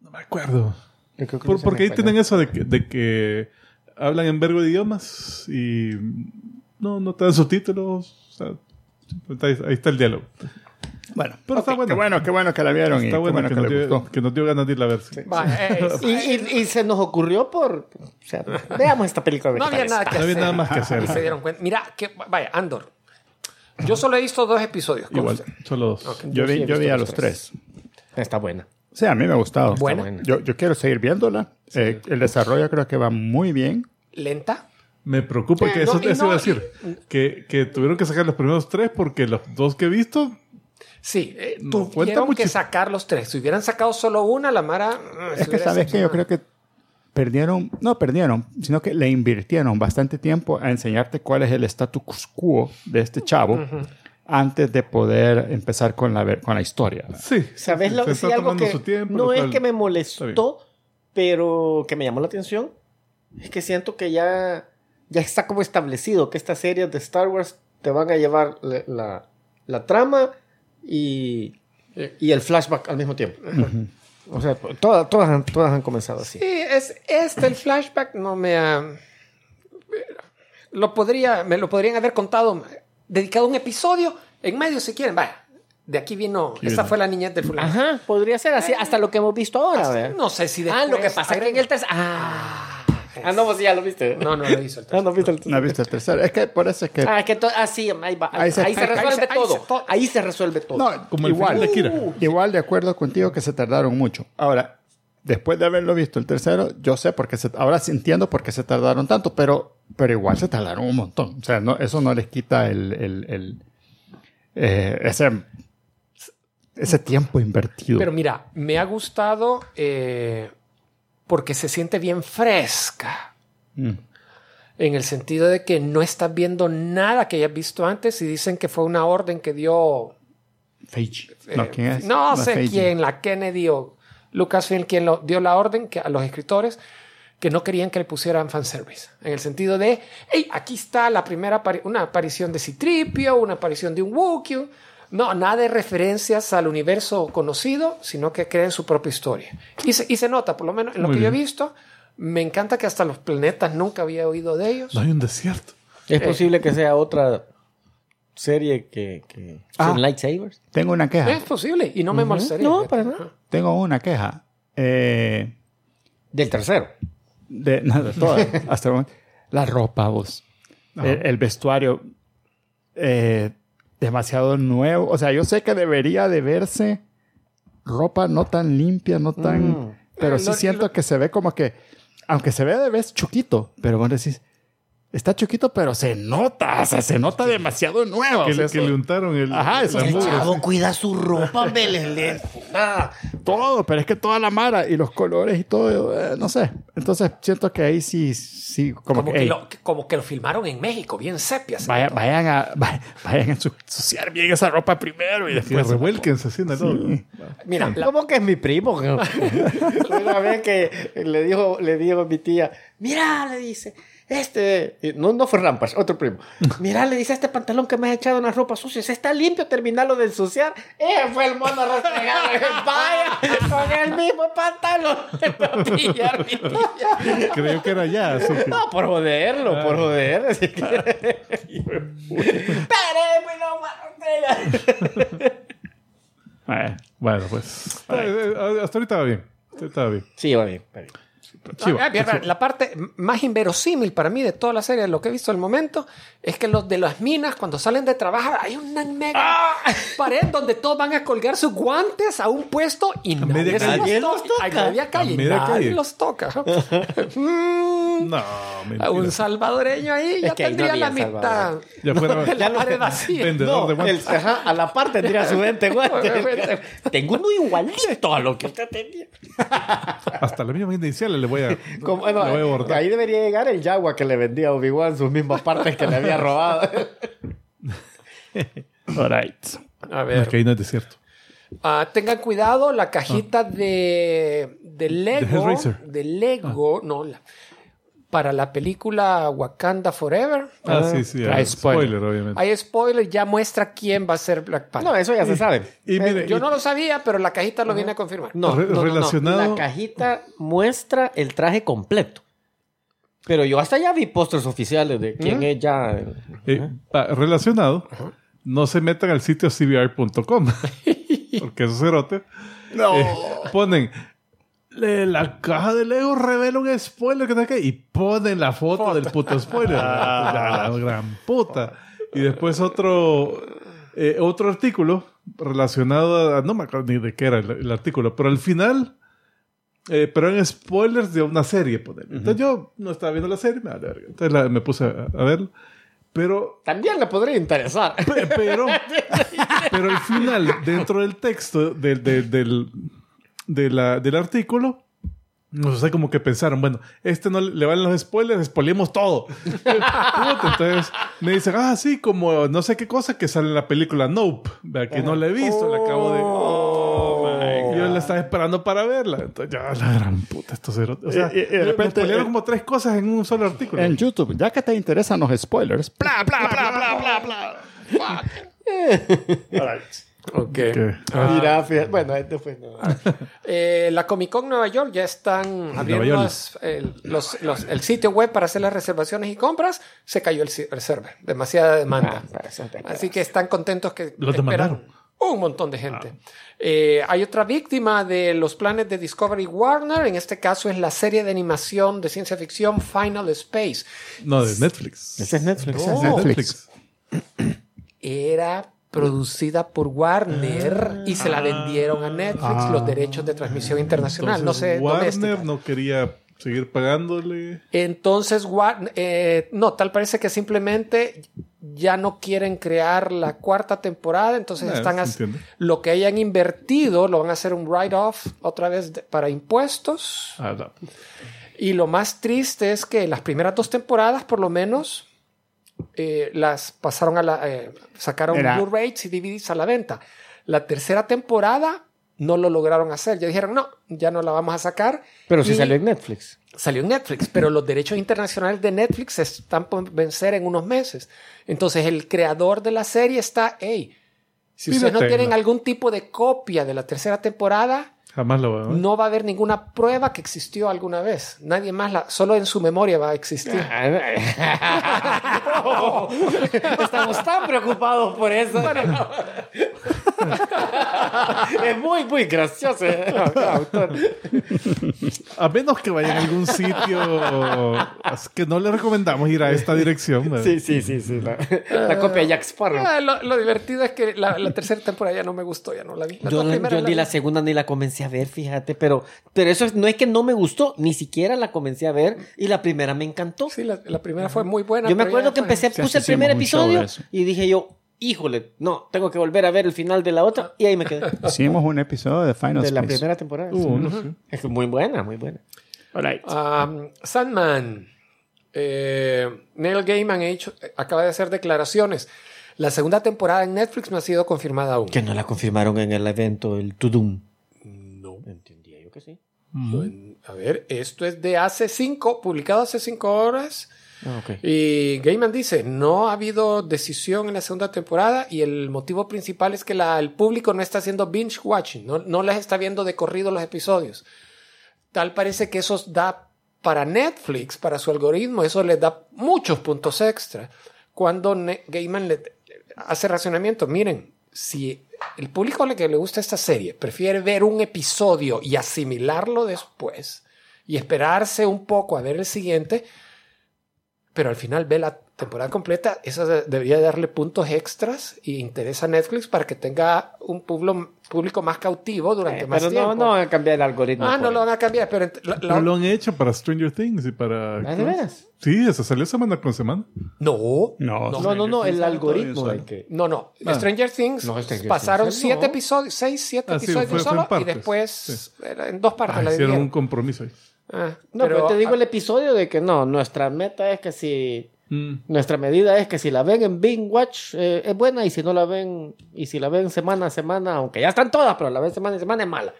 No me acuerdo. Yo creo que lo Por- dice en porque ahí español. tienen eso de que, de que hablan en vergo de idiomas y no, no te dan subtítulos. O sea, simplemente ahí, ahí está el diálogo. Bueno, Pero está ok, bueno. Qué bueno, qué bueno que la vieron. y Está qué bueno, bueno que, que nos le dio, gustó. que nos dio ganas de irla a ver. sí. Va, eh, Y, y- y se nos ocurrió por. O sea, veamos esta película. a ver no qué había tal nada está. que No hacer. había nada más que hacer. Y se dieron cuenta. Mira, que, vaya, Andor. Yo solo he visto dos episodios. Igual, conste. solo dos. Yo sí vi, he yo visto vi a los los tres. Está buena. Sí, a mí me ha gustado. Buena. buena. Yo, yo quiero seguir viéndola. Eh, el desarrollo creo que va muy bien. Lenta. Me preocupa que eso no, y te iba no- a decir. Que, que tuvieron que sacar los primeros tres porque los dos que he visto Sí, eh, No, cuenta tuvieron que mucho. sacar los tres. Si hubieran sacado solo una, la Mara. mm, se Es que hubiera sabes que yo creo que perdieron, no perdieron, sino que le invirtieron bastante tiempo a enseñarte cuál es el status quo de este chavo antes de poder empezar con la, ver- con la historia. Sí. ¿Sabes lo Se que está sí, algo tomando que su tiempo, no lo es cual- que me está bien. molestó, pero que me llamó la atención? Es que siento que ya, ya está como establecido que estas series de Star Wars te van a llevar la, la- la trama y, y el flashback al mismo tiempo. O sea, todas, todas, han, todas han comenzado así. Sí, es este el flashback no me ha- lo podría me lo podrían haber contado eh, dedicado un episodio en medio si quieren vaya de aquí vino esa viene. fue la niñez del fulano Ajá, podría ser así, hasta lo que hemos visto ahora. ¿verdad? no sé si ah, después lo que pasa es que en agregan- el tercer... Ah, Ah, no, pues ya lo viste. No, no lo hizo el Ah, tercero. no viste el No has visto el tercero. Es que por eso es que. Ah, es que to- ah, sí, ahí va. Ahí, Ahí se- se ahí- resuelve ahí se- ahí se- todo. Ahí se resuelve todo. no, Como el igual. Uh. final de Akira. Igual de acuerdo contigo que se tardaron mucho. Ahora, después de haberlo visto el tercero, yo sé por qué se, ahora sí entiendo por qué se tardaron tanto, pero, pero igual se tardaron un montón. O sea, no, eso no les quita el, el- el, eh, ese, ese tiempo invertido. Pero mira, me ha gustado eh, porque se siente bien fresca. Mm. En el sentido de que no estás viendo nada que hayas visto antes y dicen que fue una orden que dio. Feige. eh, no, ¿quién es? no es sé Feige. quién, la Kennedy o Lucasfilm, quien lo, dio la orden que, a los escritores que no querían que le pusieran fanservice. En el sentido de, hey, aquí está la primera apari- una aparición de Citripio, una aparición de un Wookiee. No, nada de referencias al universo conocido, sino que creen su propia historia. Y se, y se nota, por lo menos en lo Muy que yo he bien. visto, me encanta que hasta los planetas nunca había oído de ellos. No hay un desierto. Eh. Es posible que sea otra serie que. que Ah. son lightsabers. Tengo una queja. Es posible y no me molestaría. No, fíjate. para nada. Tengo una queja. Eh, Del tercero. de nada, todas, hasta el momento. La ropa, vos. El, el vestuario. eh, demasiado nuevo. O sea, yo sé que debería de verse ropa no tan limpia, no tan. Mm. Pero Eh, sí lo- siento lo- que se ve como que. Aunque se ve de vez chiquito, pero vos decís. Está chiquito, pero se nota. O sea, se nota demasiado nuevo. Que, o sea, le, que Pues eso- le untaron el. Ajá, Ah, eso la es mugre. cuida su ropa, Belén. Nada. Todo, pero es que toda la mara y los colores y todo, eh, no sé. Entonces siento que ahí sí, sí, como, Como, que, que ey, lo, como que lo filmaron en México, bien sepias. vaya- vayan a va- vayan a ensu- ensuciar bien esa ropa primero y Que después. revuélquense así en el otro. Mira, la- ¿Cómo que es mi primo? La Una vez que le dijo, le dijo a mi tía, mira, le dice, este, y no, no fue Rampas, otro primo. Mira, le dice, este pantalón que me has echado en la ropa sucia, se está limpio, terminalo de ensuciar. Ese fue el mono rastregado vaya, con el mismo pantalón. Me va a pillar mi tía. Creo que era ya, así que. No, por joderlo, por joder. Así que... Pero, bueno, Marcela. Eh, Bueno, pues. eh, eh, Hasta ahorita va bien. Hasta ahorita va bien. Sí, va bien, va bien. Chiva, Ah, bien, la parte más inverosímil para mí de toda la serie, de lo que he visto al momento, es que los de las minas, cuando salen de trabajar, hay una mega pared donde todos van a colgar sus guantes a un puesto y nadie, media se calle. los toca. A media calle, A media nadie calle. los toca. Mm, No, a un mentira. salvadoreño ahí ya que ahí no tendría la había mitad salvadoreño. Ya fuera de la Ya no- pared vacía. vendedor de No, el- guantes. ajá, a la par tendría su gente guantes. Tengo uno igualito a lo que usted tenía. Hasta la misma inicial le voy a. Como- le bueno, voy a bordar. ahí debería llegar el Yagua que le vendía a Obi-Wan sus mismas partes que le había robado. alright. A No, ver, es que ahí no es desierto. Ah, tengan cuidado, la cajita de, de Lego. Hellraiser. De Lego, no, la- para la película Wakanda Forever. Ah, sí, sí. trae ah, spoiler. spoiler, obviamente. Hay spoiler, ya muestra quién va a ser Black Panther. No, eso ya se sabe. Y mire, Yo y- no lo sabía, pero la cajita lo viene a confirmar. No, Re- no, no, no. relacionado- La cajita muestra el traje completo. Pero yo hasta ya vi pósters oficiales de ¿Mm? quién es ya. Eh, ah, relacionado, no se metan al sitio cbr.com, porque esos cerotes eh, ponen "Le- la caja de Lego revela un spoiler que no sé qué", y ponen la foto del puto spoiler. la, la gran puta. Y después otro, eh, otro artículo relacionado a. No me acuerdo ni de qué era el, el artículo, pero al final. eh, pero en spoilers de una serie, ponele. Entonces yo no estaba viendo la serie, me, vale verga. Entonces la- me puse a, a verla. Pero También le podría interesar. Pe- pero, pero al final, dentro del texto del, del, del, de la- del artículo, no sé, como que pensaron, bueno, este no le- le valen los spoilers, spoilemos todo. Puta, Entonces me dicen, ah, sí, como no sé qué cosa que sale en la película Nope, vea, que no la he visto, la acabo de. Oh. Y yo la estaba esperando para verla. Entonces, ya, la gran puta, estos cerotes. O sea, Y- y- y de me- me repente- eh, spoilearon como tres cosas en un solo artículo. En YouTube, ya que te interesan los spoilers, bla bla bla bla bla bla. Ok. Que- Ah, Mira, fíjate. Bueno, este fue. no. Ah, Eh, la Comic Con Nueva York ya están abriendo York. las- el, los- los- el sitio web para hacer las reservaciones y compras. Se cayó el, si- el server. Demasiada demanda. Ah, para eso te Así que están contentos que Los esperan- demandaron. Ah. un montón de gente. Eh, hay otra víctima de los planes de Discovery Warner, en este caso es la serie de animación de ciencia ficción Final Space. No, de Netflix. Ese es Netflix. Oh. No. De Netflix. Era producida por Ah. Warner y se la vendieron a Netflix los derechos de transmisión internacional, no sé, este Entonces, Warner doméstica. no quería seguir pagándole. Entonces, War- eh, no, tal parece que simplemente ya no quieren crear la cuarta temporada, entonces Eh, están se hac- entiende. lo que hayan invertido lo van a hacer un write-off otra vez de- para impuestos. Ah, no. Y lo más triste es que las primeras dos temporadas, por lo menos, eh, las pasaron a la. eh, sacaron Era- Blu-rays y DVDs a la venta. La tercera temporada no lo lograron hacer. Ya dijeron, no, ya no la vamos a sacar. Pero si Y- salió en Netflix. salió en Netflix, pero los derechos internacionales de Netflix se están por vencer en unos meses. Entonces el creador de la serie está, hey, si ustedes no Pídatela. tienen algún tipo de copia de la tercera temporada, Jamás lo van a ver. no va a haber ninguna prueba que existió alguna vez. Nadie más, la, solo en su memoria va a existir. Ah. Estamos tan preocupados por eso. es muy, muy gracioso. ¿eh? autor. A menos que vayan a algún sitio así que no le recomendamos ir a esta dirección. ¿verdad? Sí, sí, sí, sí. La, la copia de Jack Sparrow. Ah, lo, lo divertido es que la, la tercera temporada ya no me gustó, ya no la vi. Las Yo, dos primeras yo ni vi. la segunda ni la comencé a ver, fíjate, pero, pero eso es- no es que no me gustó, ni siquiera la comencé a ver y la primera me encantó. Sí, la, la primera fue muy buena. yo me pero ya acuerdo que después- empecé, Sí, puse el sí, hicimos primer un show de episodio eso. y dije yo, híjole, no, tengo que volver a ver el final de la otra y ahí me quedé. Hicimos un episodio de Final De la Space. primera temporada. Uh, Hubo uno, sí. Es muy buena, muy buena. Alright. Um, Sandman. Eh, Neil Gaiman ha hecho- acaba de hacer declaraciones. La segunda temporada en Netflix no ha sido confirmada aún. Que no la confirmaron en el evento, el Tudum. No. Entendía yo que sí. A ver, esto es de hace cinco, publicado hace cinco horas. Ah, ok. Y Gaiman dice, no ha habido decisión en la segunda temporada y el motivo principal es que la- el público no está haciendo binge watching, no, no les está viendo de corrido los episodios. Tal parece que eso da para Netflix, para su algoritmo, eso les da muchos puntos extra. Cuando Ne- Gaiman le hace racionamiento, miren, si el público al que le gusta esta serie prefiere ver un episodio y asimilarlo después y esperarse un poco a ver el siguiente, pero al final ve la temporada completa, esa de- debería darle puntos extras y interesa a Netflix para que tenga un publo- público más cautivo durante Eh, más pero tiempo. no, no van a cambiar el algoritmo. pues. ah, no por lo eso. van a cambiar, pero ent- la- la- Pero lo han hecho para Stranger Things y para. Ah, ¿de veras? Sí, eso salió semana con semana. no, No, no, No, no, no, el Stranger Things algoritmo. todavía el que- no, no. Ah. Stranger Things No, Stranger pasaron Things, siete no. episodios, seis, siete Ah, sí, episodios fue- fue en solo y partes. después era en dos partes Ah, la hicieron dividieron. un compromiso ahí. Ah, No, pero, te digo ah, el episodio de que no, nuestra meta es que si. Mm. Nuestra medida es que si la ven en Bing Watch eh, es buena y si no la ven. Y si la ven semana a semana, aunque ya están todas, pero la ven semana a semana es mala.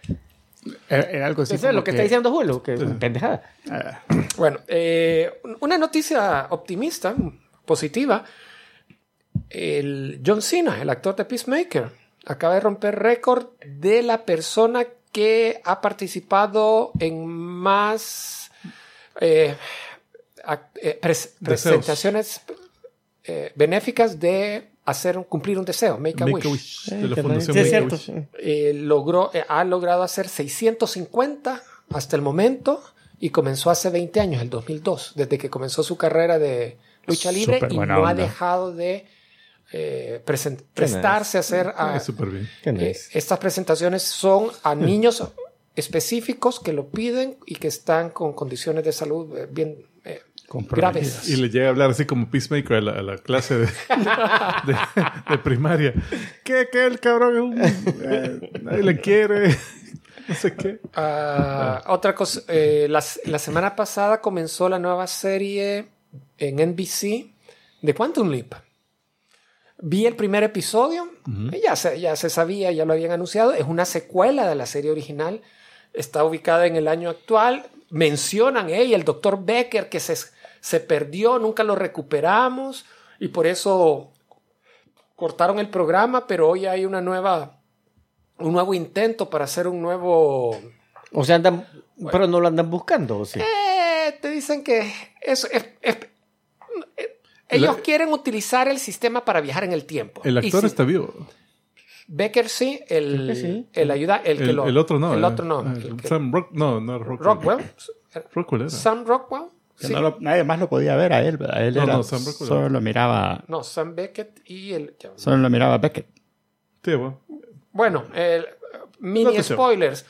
Era, era algo así. Eso es lo como que, está diciendo Julio, que es una pendejada. Bueno, eh, una noticia optimista, positiva. El John Cena, el actor de Peacemaker, acaba de romper récord de la persona que ha participado en más eh, ac- eh, pres- Deseos. presentaciones eh, benéficas de hacer cumplir un deseo, make a Make wish. a Wish. De la Sí, Fundación es Make a cierto. Wish. eh, logró, eh, ha logrado hacer 650 hasta el momento y comenzó hace 20 años, el 2002, desde que comenzó su carrera de lucha libre Súper y no buena ha onda. dejado de eh, presen- prestarse a hacer a- Ah, súper bien. Qué eh, nice. estas presentaciones son a niños específicos que lo piden y que están con condiciones de salud eh, bien eh, Comprometidas. graves. Y le llega a hablar así como Peacemaker a la, a la clase de, de- de primaria. ¿Qué, qué? El cabrón es un- eh, nadie le quiere. No sé qué. Ah, Otra cosa, eh, la, la semana pasada comenzó la nueva serie en NBC de Quantum Leap. Vi el primer episodio, ya, se, ya se sabía, ya lo habían anunciado, es una secuela de la serie original, está ubicada en el año actual, mencionan, hey, el doctor Becker que se, se perdió, nunca lo recuperamos y por eso cortaron el programa, pero hoy hay una nueva, un nuevo intento para hacer un nuevo O sea, andan. Pero no lo andan buscando, ¿o sí? eh, te dicen que eso es, es- eh, ellos El- quieren utilizar el sistema para viajar en el tiempo. El Y actor si- está vivo. Becker sí, el, Creo que sí. el ayuda, el, que El, lo. el otro no. El eh. otro no. Ah, el que- Sam Rock, no, no era Rockwell. Rockwell. Rockwell era. Sam Rockwell. Que sí. no lo- nadie más lo podía ver a él, ¿verdad? Él No, era- no, Sam Rockwell. solo lo miraba, No, Sam Beckett y el. ya- solo lo miraba Beckett. Sí, bueno. Bueno, el- mini Dato show. spoilers.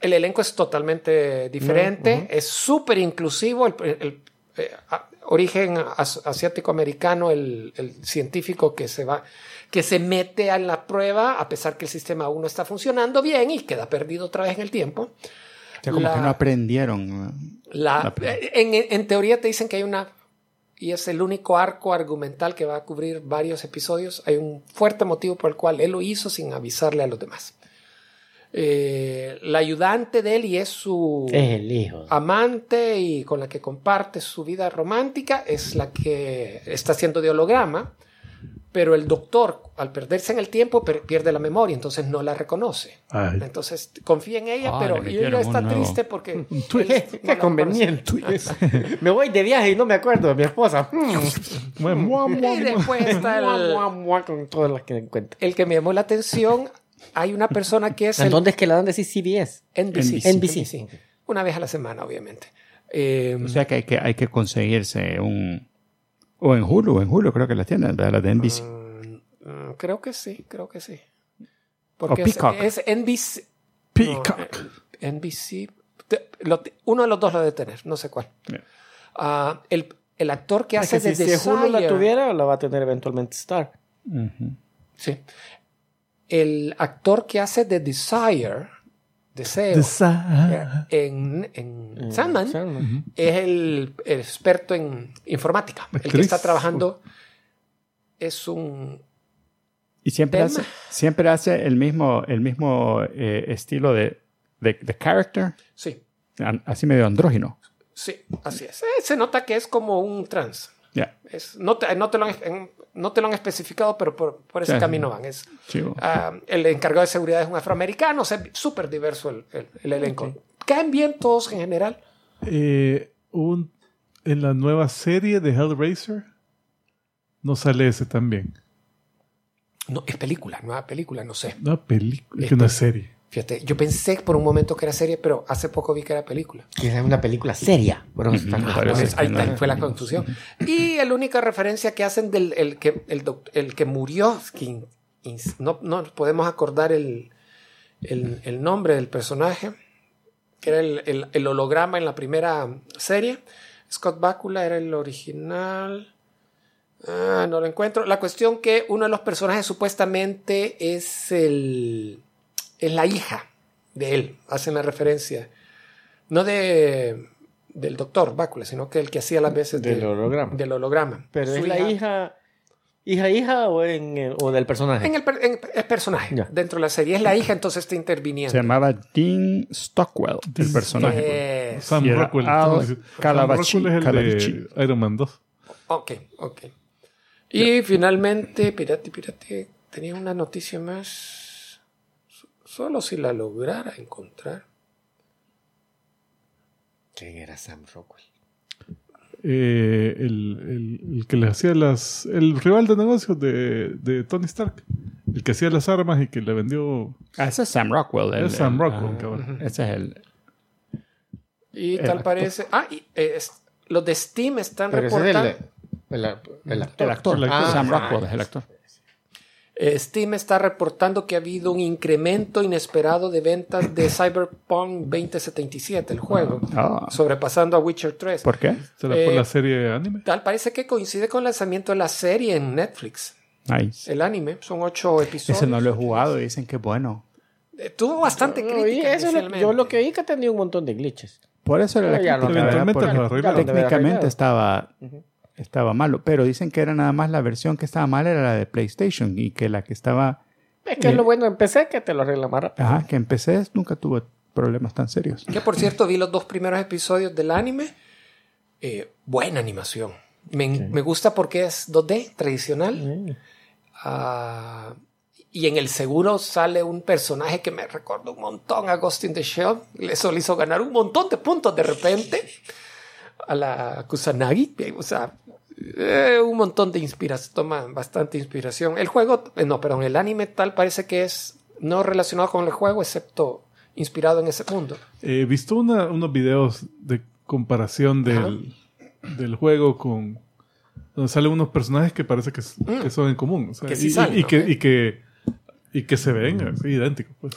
El elenco es totalmente diferente, es súper inclusivo. El, el- eh, a- origen as- asiático-americano, el, el científico que se va, que se mete a la prueba a pesar que el sistema aún no está funcionando bien y queda perdido otra vez en el tiempo. O sea, como La- que no aprendieron. ¿no? La, La- en, en teoría te dicen que hay una, y es el único arco argumental que va a cubrir varios episodios, hay un fuerte motivo por el cual él lo hizo sin avisarle a los demás. Eh, la ayudante de él y es su Es el hijo. amante y con la que comparte su vida romántica es la que está haciendo de holograma, pero el doctor al perderse en el tiempo per- pierde la memoria, entonces no la reconoce. Ay. Entonces confía en ella, Ah, pero le y ella metieron está un nuevo. triste porque... él Pues, Qué, no la reconoce. conveniente. me voy de viaje y no me acuerdo de mi esposa. Mm, Bueno, mua, mua, Y después está Mua, el, mua, con todas las que encuentro. el que me llamó la atención. Hay una persona que es ¿En el dónde es que la dan de CBS? NBC. NBC. Una vez a la semana, obviamente. Eh, O sea que hay que, hay que conseguirse un... O en Hulu, en Hulu creo que las tienen, ¿verdad? Las de NBC. mm, mm, creo que sí, creo que sí. Porque es, Peacock. es NBC. Peacock. NBC. te- lo te- uno de los dos lo debe tener, no sé cuál. Ah, el, el actor que hace Es que desde si, si Hulu la Sire- tuviera, la va a tener eventualmente Star. Sí. El actor que hace de Desire, Deseo, en, en Eh, Sandman, Sandman. es el, el experto en informática. El que Actriz. está trabajando es un... Y siempre Velma. hace, siempre hace el mismo, el mismo eh, estilo de, de, de character, Sí, an- así medio andrógino. sí, así es. Eh, se nota que es como un trans. Ya, Es, no, te, no, te lo han, en- no te lo han especificado, pero por, por ese Sí. camino van. Es, chivo. ah, el encargado de seguridad es un afroamericano, o sea, súper diverso el, el- el elenco. Caen bien todos en general. Eh, un, en la nueva serie de Hellraiser no sale ese también. No, es película, nueva película, no sé. Una película. Es que Este. una serie. Fíjate, yo pensé por un momento que era serie, pero hace poco vi que era película. Que es una película seria. Bueno, está- me parece. Pues, ahí que no. está, fue la confusión. Y la única referencia que hacen del el que, el doc- el que murió, es que in- ins- no, no podemos acordar el, el- el nombre del personaje, que era el, el- el holograma en la primera serie. Scott Bakula era el original. Ah, no lo encuentro. La cuestión que uno de los personajes supuestamente es el es la hija de él. Hacen la referencia. No de del doctor Bácula, sino que el que hacía las veces Del de- holograma. del holograma. Pero Su es la hija, hija, hija o, en, el- o del personaje. En el, per- en- es personaje Ya. dentro de la serie. Es la hija, entonces está interviniendo. Se llamaba Dean Stockwell, el personaje. Eh, Sam Y era Rockwell. Al estamos diciendo. Sam Calabachi- Rockwell es el de Calabachi. Iron Man 2. ok, ok. Y finalmente, pirate, pirate, tenía una noticia más. So- Solo si la lograra encontrar. ¿Quién era Sam Rockwell? Eh, el, el- el que les hacía las. El rival de negocios de, de Tony Stark. El que hacía las armas y que le vendió. Ah, ese es Sam Rockwell. el- es Sam el- Rockwell, ah, cabrón. Ese es el... Y El tal actor. parece. Ah, y eh, es- los de Steam están Pero ese es reportando. el, el, el actor. El actor, El actor. Sam Ah, Rockwell es el actor. Eh, Steam está reportando que ha habido un incremento inesperado de ventas de Cyberpunk 2077, el juego, Ah. sobrepasando a Witcher 3. ¿Por qué? ¿Será Eh, por la serie anime? Tal parece que coincide con el lanzamiento de la serie en Netflix, Nice. el anime. Son ocho episodios. Ese no lo he jugado y dicen que es bueno. Eh, Tuvo bastante Yo oí crítica. eso, lo- yo inicialmente. lo que vi que tenía un montón de glitches. Por eso era la Pero ya lo crítica, ¿verdad? Eventualmente Porque lo arreglaron. Técnicamente Arreglado. estaba, Ujú. estaba malo, pero dicen que era nada más la versión que estaba mal era la de PlayStation y que la que estaba, Es que es lo bueno, empecé que te lo arregla más rápido. ajá, que empecé nunca tuvo problemas tan serios. Que por cierto, vi los dos primeros episodios del anime. Eh, buena animación. Me, me gusta porque es 2D tradicional. Ah, y en el seguro sale un personaje que me recuerda un montón a Ghost in the Shell. Eso le hizo ganar un montón de puntos de repente a la Kusanagi. O sea, eh, un montón de inspiración, toma bastante inspiración. El juego, eh, no, perdón, el anime tal parece que es no relacionado con el juego, excepto inspirado en ese mundo. He visto una- unos videos de comparación del, del juego con. donde salen unos personajes que parece que, s- que son en común. o sea, Que sí y, y- salen, y Mm. que, ok. y, que, y que se ven así, idénticos. Pues.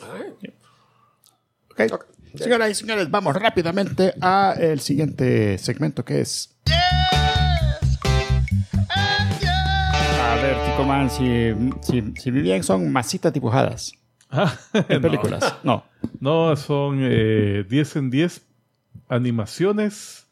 Ok. Señoras y señores, vamos rápidamente a el siguiente segmento que es. A ver, Tico Man, si, si, si mi bien son masitas dibujadas Ah, no. en películas. Eh, No. No, son eh, 10 en 10 animaciones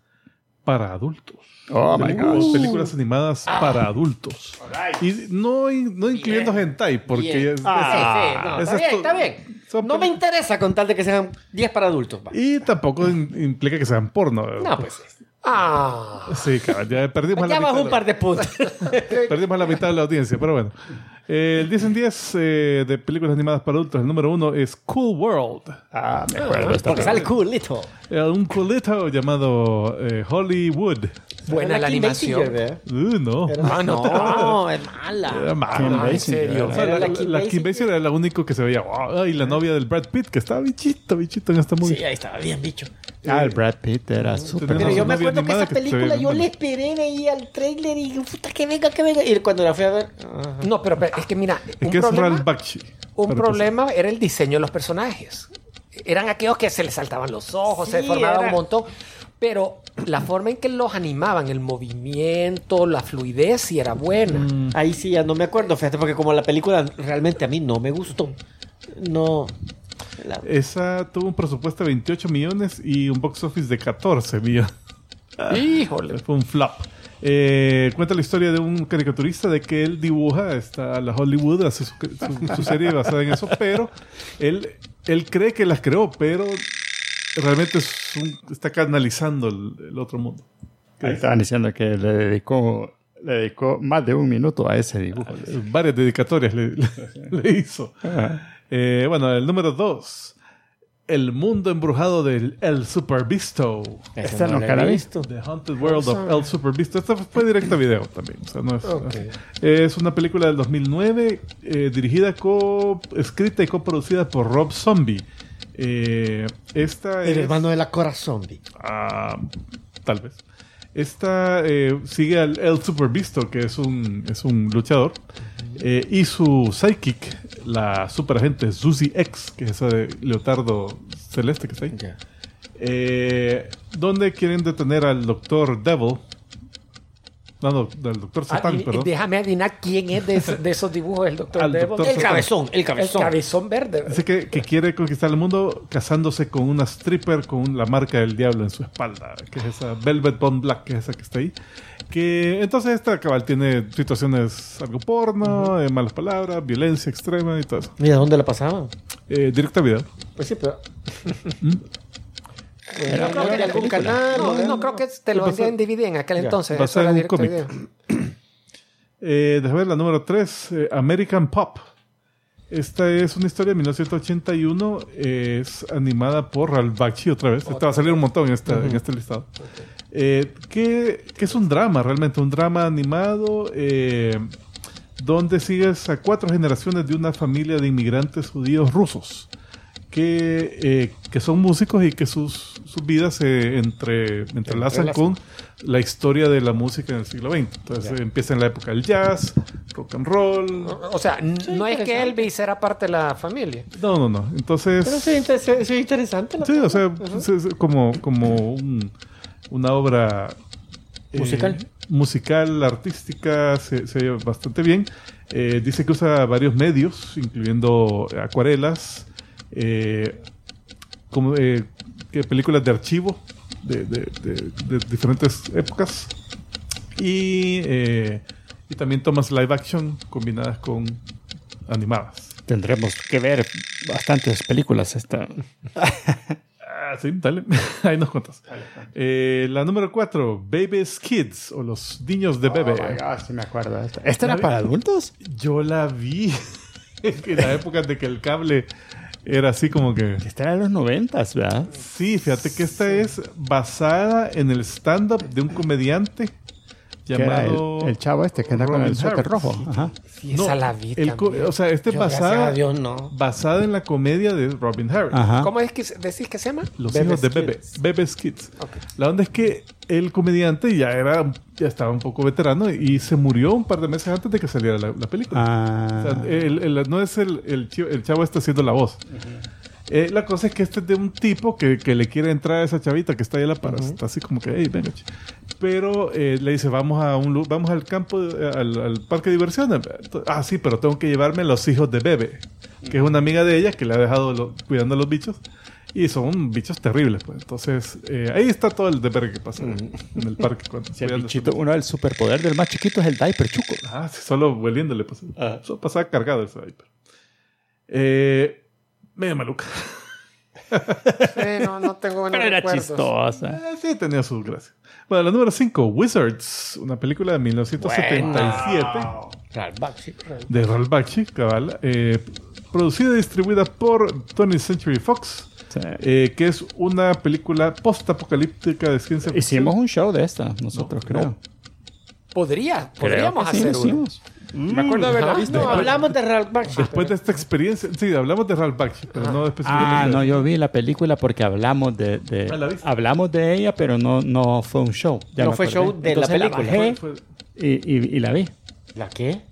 para adultos. Oh my Películas- gosh. Películas animadas para adultos. Y no, in- no incluyendo hentai, porque... Bien. Ah, es- Sí, sí, no, es está bien, esto- está bien. son No me peli- interesa con tal de que sean 10 para adultos. va. Y tampoco in- implica que sean porno. No, pues. Ah, Sí, cabrón, ya perdimos la Ya mitad. bajó de un la- par de puntos. Perdimos la mitad de la audiencia, pero bueno. Eh, el 10 en 10 eh, de películas animadas para adultos, el número uno es Cool World. Ah, me acuerdo. esta Porque sale coolito. Eh, un culito llamado eh, Hollywood. buena la animación. Uh, no. Ah, no. No, es mala. Era malo. Kim Ah, ¿en Basinger, serio? O ¿verdad? sea, la, Era la la- Kim la Basinger. Kim Basinger era la única que se veía. "Wow", y la novia del Brad Pitt, que estaba bichito, bichito en esta movie. Sí, ahí estaba bien, bicho. Ah, el Brad Pitt era súper. Pero Una yo me novia acuerdo que animada esa que se ve película bien yo buena. le esperé de ahí al trailer y puta que venga, que venga. Y cuando la fui a ver, ah, ajá. No, pero, pero es que mira, Es un que es Ralph problema, Bakshi. un Pero, problema era el diseño de los personajes. Eran aquellos que se les saltaban los ojos, se Sí, formaban un era- montón. Pero la forma en que los animaban, el movimiento, la fluidez, sí era buena. Mm. ahí sí ya no me acuerdo, fíjate, porque como la película realmente a mí no me gustó. No. La- pues, Esa tuvo un presupuesto de 28 millones y un box office de 14 millones. Ah. Híjole. Fue un flop. Eh, cuenta la historia de un caricaturista de que él dibuja está a la Hollywood, hace su, su- su serie basada en eso, pero él, él cree que las creó, pero realmente es un- está canalizando el, el otro mundo. Ahí estaban diciendo que le dedicó, le dedicó más de un minuto a ese Ah, dibujo. Varias dedicatorias le, le- le hizo. Ah. Eh, bueno, el número dos. El mundo embrujado del El Super Visto. Esta nunca la he visto. The Haunted World of El Super Visto. Esta fue directa a video también. o sea, no es, es una película del 2009 eh, dirigida, co escrita y coproducida por Rob Zombie. Eh, esta es- El hermano de la Cora Zombie. Ah, tal vez. Esta eh, sigue al El Super Visto, que es un, es un luchador. eh, y su psychic, la superagente Susie X, que es esa de leotardo celeste que está ahí. Eh, donde quieren detener al doctor Devil. No, no, al doctor Ah, Satan, y- y perdón. déjame adivinar quién es de, ese- de esos dibujos el doctor Al Devil. Dr. El cabezón, el El cabezón. cabezón verde. Dice que, que quiere conquistar el mundo casándose con una stripper con la marca del diablo en su espalda, que es esa Velvet Bond Black, que es esa que está ahí. Que entonces esta cabal tiene situaciones algo porno, eh, malas palabras, violencia extrema y todo eso. Mira, ¿dónde la pasaban? Eh, directa video. Pues sí, pero. No creo que en algún canal, no, no creo que te lo Basado- vendían en DVD en aquel entonces. basado eso era en un directo cómic. video. Eh, déjame ver la número 3, American Pop. Esta es una historia de 1981, eh, es animada por Ralbachi otra vez. Esta va a salir un montón en, esta- en este listado. Eh, que, que es un drama, realmente, un drama animado eh, donde sigues a cuatro generaciones de una familia de inmigrantes judíos rusos que, eh, que son músicos y que sus, sus vidas se entre, entrelazan con la historia de la música en el siglo XX. Entonces eh, empieza en la época del jazz, rock and roll. O sea, n- no es que Elvis era parte de la familia. No, no, no. Entonces. Pero sí, inter- sí, sí, interesante. la- Sí, o sea, pues, es- es como, como un- una obra eh, Musical. musical, artística, se, se oye bastante bien. Eh, dice que usa varios medios, incluyendo acuarelas, eh, como, eh, que películas de archivo de, de- de- de diferentes épocas. Y, eh, y también tomas live action combinadas con animadas. Tendremos que ver bastantes películas esta. Ah, sí, dale. Ahí nos cuentas. Eh, la número 4, Baby's Kids o los niños Oh de bebé. sí me acuerdo de esta. ¿Esta era para adultos? Yo la vi en la época de que el cable era así como que... Esta era de los noventas, ¿verdad? Sí, fíjate que esta es basada en el stand-up de un comediante que era el, llamado. el chavo este que anda con Robin el suéter Harris. rojo. Ajá. Y esa la vi el co- también. o sea, este es Yo, gracias basada, a Dios, no. basada en la comedia de Robin Harris. Ajá. ¿Cómo es que se- decís que se llama? Ah. Los Bebes hijos de Kids. Bebe, Bebe's Kids. Ok. La onda es que el comediante ya era, ya estaba un poco veterano y se murió un par de meses antes de que saliera la, la película. O sea, Ah, el- el- no es el, el, chi- el chavo está haciendo la voz. Eh, la cosa es que este es de un tipo que, que le quiere entrar a esa chavita que está ahí a la par. Está así como que, hey, venga. ch-". Pero eh, le dice, vamos a un lu- vamos al campo, de- al, al parque de diversiones. Ento- Ah, sí, pero tengo que llevarme los hijos de Bebe, que es una amiga de ella que le ha dejado lo- cuidando a los bichos. Y son bichos terribles, pues. Entonces, eh, ahí está todo el deber que pasa en el parque. Cuando si el cuidan a bichito- uno del superpoder del más chiquito es el diaper chuco. Ah, sí, solo hueliéndole pasaba. Solo pasaba cargado el sniper. Eh, medio maluca. Sí, no, no tengo buenos Pero era recuerdos. chistosa. Eh, sí, tenía su gracia. Bueno, la número 5, Wizards, una película de 1977 de Ralph Bakshi, cabal, eh, producida y distribuida por 20th Century Fox, Sí. eh, que es una película post-apocalíptica de ciencia ficción. Hicimos un show de esta, nosotros, creo. no. Podría, podríamos Sí, hacer uno. hicimos. Me acuerdo de Ah, haberla visto. no, hablamos de Mm, Después de esta experiencia, sí, hablamos de Ralph Bakshi, pero no específicamente. Ah, de- no, yo vi la película porque hablamos de, de- Ah, ¿la viste? hablamos de ella, pero no, no fue un show. Ya No me fue acordé. show de la Entonces película. bajé Fue- fue- y, y- y la vi. ¿La qué?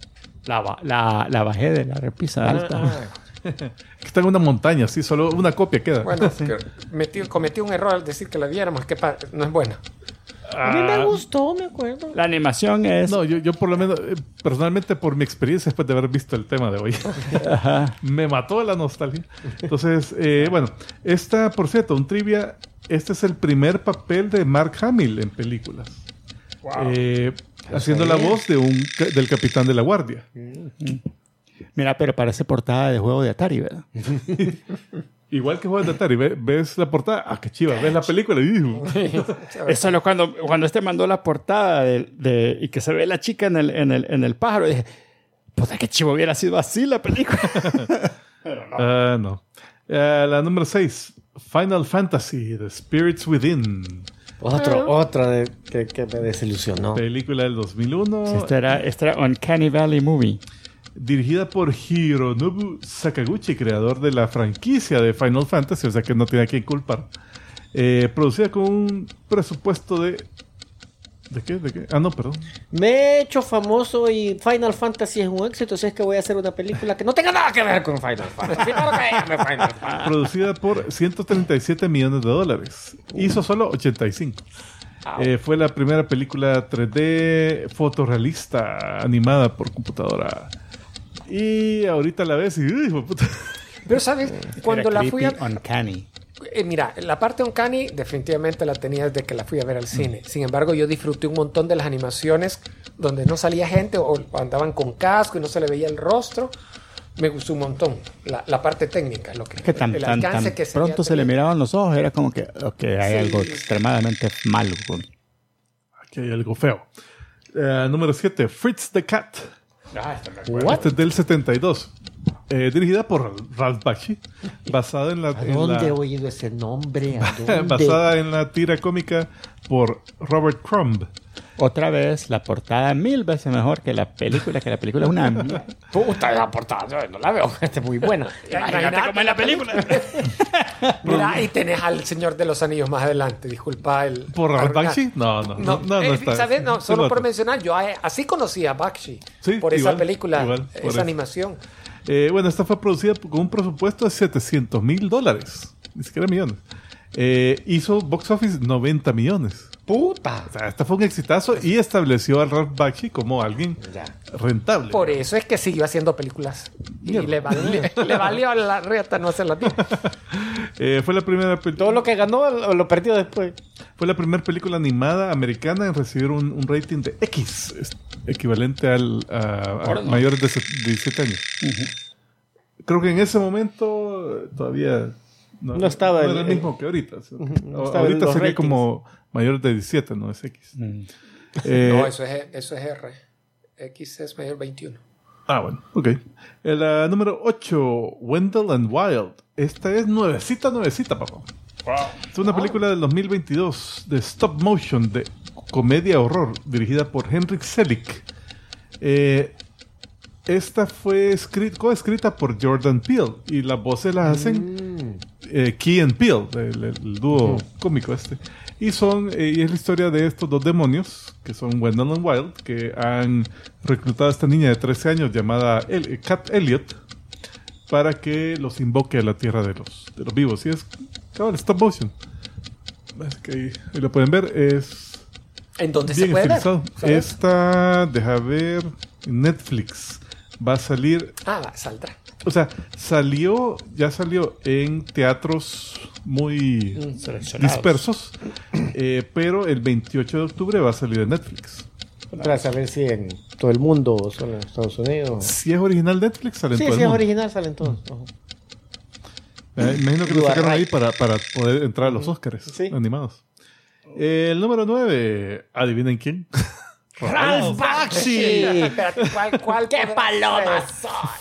La, ba- la, la bajé de la Ah, repisa alta. que está en una montaña, sí, solo una copia queda. Bueno, que metí, cometí un error al decir que la viéramos, que pa- no es buena. A mí Ah. me gustó, me acuerdo. La animación es No, yo, yo por lo menos, eh, personalmente por mi experiencia después de haber visto el tema de hoy, me mató la nostalgia. Entonces, eh, bueno, esta, por cierto, un trivia, este es el primer papel de Mark Hamill en películas. Eh, haciendo la voz de un, ca- del capitán de la guardia. Mira, pero parece portada de juego de Atari, ¿verdad? Igual que juegas de Atari, ve- ves la portada, ah, qué chiva, ves la película y "Ih". Es solo cuando, cuando este mandó la portada de, de- y que se ve la chica en el, en el, en el pájaro. Dije, puta, qué chivo hubiera sido así la película. Ah, no. Ah, la número 6, Final Fantasy, The Spirits Within. Otro, otra de- que, que me desilusionó. Película del 2001. Esta era, esta era Uncanny Valley Movie. dirigida por Hironobu Sakaguchi, creador de la franquicia de Final Fantasy, o sea que no tiene a quien culpar. Eh, producida con un presupuesto de. ¿De qué? ¿De qué? Ah, no, perdón. Me he hecho famoso y Final Fantasy es un éxito, así es que voy a hacer una película que no tenga nada que ver con Final Fantasy. Claro que llame Final Fantasy. Producida por 137 millones de dólares. Hizo solo 85. Eh, fue la primera película 3D fotorrealista animada por computadora. Y ahorita la ves y. ¡Uy, hijo de puta! Pero, ¿sabes? Cuando Era la fui a... creepy, Uncanny. Eh, mira, la parte Uncanny definitivamente la tenía desde que la fui a ver al cine. Mm. Sin embargo, yo disfruté un montón de las animaciones donde no salía gente o o andaban con casco y no se le veía el rostro. Me gustó un montón la, la parte técnica, lo que, Es que tan, el tan- alcance tan que se pronto había se le tenido. miraban los ojos. Era como que, ok, hay Sí. algo extremadamente malo. con- Aquí hay algo feo. Eh, número 7, Fritz the Cat. Ah, Este es del 72. Eh, dirigida por Ralph Bakshi. Basada en la, ¿A en la- dónde he oído ese nombre? ¿A dónde? basada en la tira cómica por Robert Crumb. Otra vez, la portada mil veces mejor que la película, que la película es una... mierda. Puta, la portada, yo no la veo. Esta es muy buena. Imagínate cómo es la película. Mira, y tenés al Señor de los Anillos más adelante. Disculpa el... ¿Por Ralph arruinar. Bakshi? No, no, no, no, no eh, está. ¿sabes? No, Es solo por otro. mencionar, yo eh, así conocí a Bakshi Sí, por igual, esa película, igual, por esa eso. animación. Eh, bueno, esta fue producida con un presupuesto de 700 mil dólares. Ni siquiera millones. Eh, hizo box office 90 millones. Puta. O sea, esta fue un exitazo y estableció a Ralph Bakshi como alguien Ya. rentable. Por eso es que siguió haciendo películas. Y le valió, le valió a la reta no hacerla bien. Eh, fue la primera película. Todo lo que ganó lo lo perdió después. Fue la primera película animada americana en recibir un, un rating de X, es- equivalente al, a, a mayores de se- 17 años. Creo que en ese momento eh, todavía No estaba no era el- el mismo que ahorita. sí. no A- estaba ahorita los sería ratings. como mayores de 17, no es X. Mm. Eh, No, eso es, eso es R. X es mayor 21. Ah, bueno, ok. El ah, número 8, Wendell and Wild. Esta es nuevecita, nuevecita, papá. Es una película del 2022 de stop motion de comedia horror dirigida por Henrik Selick. Eh, esta fue escri- coescrita por Jordan Peele y las voces las hacen eh, Key and Peele, el, el dúo cómico este. Y son eh, y es la historia de estos dos demonios que son Wendell and Wild que han reclutado a esta niña de 13 años llamada El- eh, Cat Elliot para que los invoque a la tierra de los, de los vivos. Y es cabal, stop motion. Así que ahí, ahí lo pueden ver. Es ¿En dónde se bien puede ver? estilizado. ¿Se ve? Esta, deja ver, en Netflix va a salir. Ah, va, saldrá. O sea, salió, ya salió en teatros muy Seleccionados. dispersos, eh, pero el 28 de octubre va a salir en Netflix. Para saber si en todo el mundo o solo en Estados Unidos. Si es original Netflix, sale en Sí, todo si el es mundo. original, salen todos. Ajá. Eh, imagino que lo You are sacaron ahí right. para, para poder entrar a los Oscars Sí. animados. Eh, El número 9, adivinen quién. ¡Ralph Ah, Bakshi! ¿Cuál, cuál ¡Qué palomas!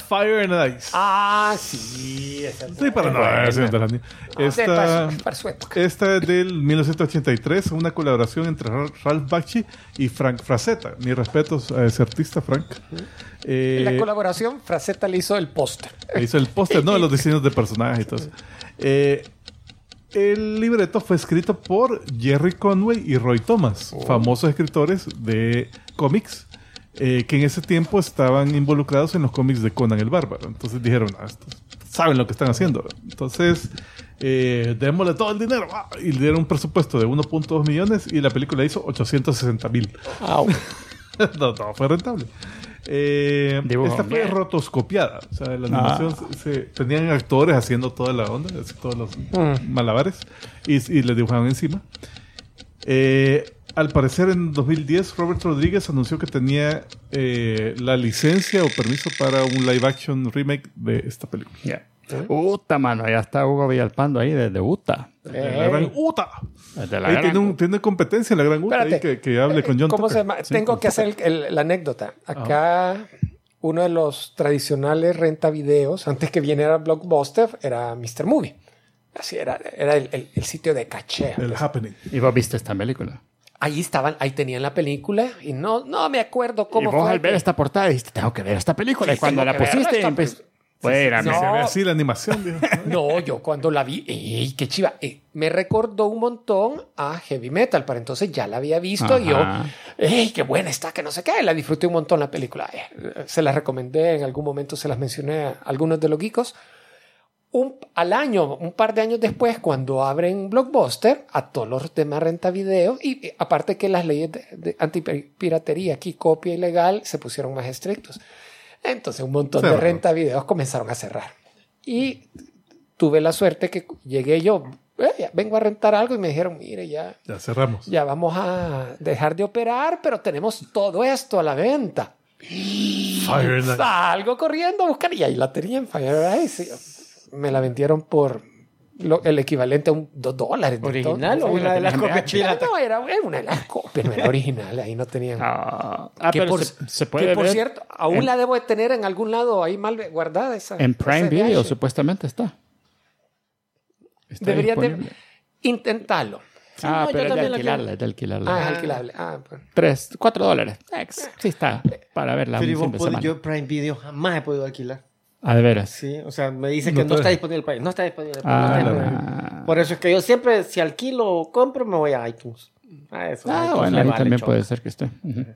Fire and Ice. Ah, sí. Esa es sí, Ah, para no, ese no te la ni- Eh, Esta, para su época. esta es del 1983, una colaboración entre Ra- Ralph Bakshi y Frank Frazetta. Mis respetos a ese artista, Frank. Eh, la colaboración, Fraceta le hizo el póster. que hizo el póster, ¿no? Los diseños de personajes y todo eso. Eh, el libreto fue escrito por Jerry Conway y Roy Thomas, famosos escritores de cómics, eh, que en ese tiempo estaban involucrados en los cómics de Conan el Bárbaro. Entonces dijeron, "Ah, estos saben lo que están haciendo. Entonces, eh, démosle todo el dinero. ah, Y le dieron un presupuesto de 1.2 millones y la película hizo 860 mil. no, no, fue rentable. Eh, Dibujo. esta fue Bien. Ah. rotoscopiada. O sea, la animación se- se- tenían actores haciendo toda la onda, así, todos los Mm. malabares, y, y les dibujaban encima. Eh, al parecer, en 2010, Robert Rodríguez anunció que tenía eh, la licencia o permiso para un live action remake de esta película. Ya. Uta, mano, ya está Hugo Villalpando ahí desde Uta. La gran Uta. Desde la Ahí gran- tiene, un- tiene competencia la gran Uta ahí Espérate. que, que hable con John Eh, ¿Cómo se Tucker. llama? Sí, Tengo con- que hacer el- el- la anécdota. Acá, uno de los tradicionales rentavideos, antes que viniera Blockbuster, era Mr. Movie. Así era, era el, el- el sitio de caché. El happening. Y vos viste esta película. Ahí estaban, ahí tenían la película y no, no me acuerdo Y cómo vos fue. al ver que- esta portada dijiste, tengo que ver esta película. y Sí, cuando tengo la que ver pusiste, esta empecé... película. Bueno, sí, Se No. ve así la animación, dijo. No, yo cuando la vi, ¡ey, qué chiva! Eh, me recordó un montón a Heavy Metal, para entonces ya la había visto y yo, Ajá. ¡ey, qué buena está! Que no sé qué, la disfruté un montón la película. Eh, se las recomendé, en algún momento se las mencioné a algunos de los geekos. Un, al año, un par de años después, cuando abren Blockbuster, a todos los demás renta video, y eh, aparte que las leyes de, de antipiratería, aquí copia ilegal, se pusieron más estrictos. Entonces un montón de Cerraron. renta videos comenzaron a cerrar. Y tuve la suerte que llegué yo, "Eh, ya vengo a rentar algo y me dijeron, mire, ya, Ya cerramos. ya vamos a dejar de operar, pero tenemos todo esto a la venta. Fire and Ice. Salgo corriendo a buscar y ahí la tenía en Fire Ice. Me la vendieron por lo- el equivalente a un, dos dólares. de ¿Original todo. o una de las la tenían copias de Ah, piratas? No, era era una de las copias, no era original, ahí no tenían. Ah, ah, que pero por, se, se puede que por ver cierto, aún en- la debo de tener en algún lado ahí mal guardada esa. en Prime esa de Video, Asher. supuestamente está. Está Debería de disponible. intentarlo. ah, no, yo pero es de también la quiero. alquilarla, es de Ah, es alquilarla. alquilable. Ah, pues. Tres, cuatro dólares. Ex, Sí está, para verla Pero un yo, fin de Eh, puedo- semana. yo Prime Video jamás he podido alquilar. Ah, de veras. Sí, o sea, me dice No que no te- está disponible el país. No está disponible el país. no Ah, está la disponible. ah, Por eso es que yo siempre, si alquilo o compro, me voy a iTunes. A eso. a ah, iTunes bueno, le ahí vale también chongo. puede ser que este esté. Ujú.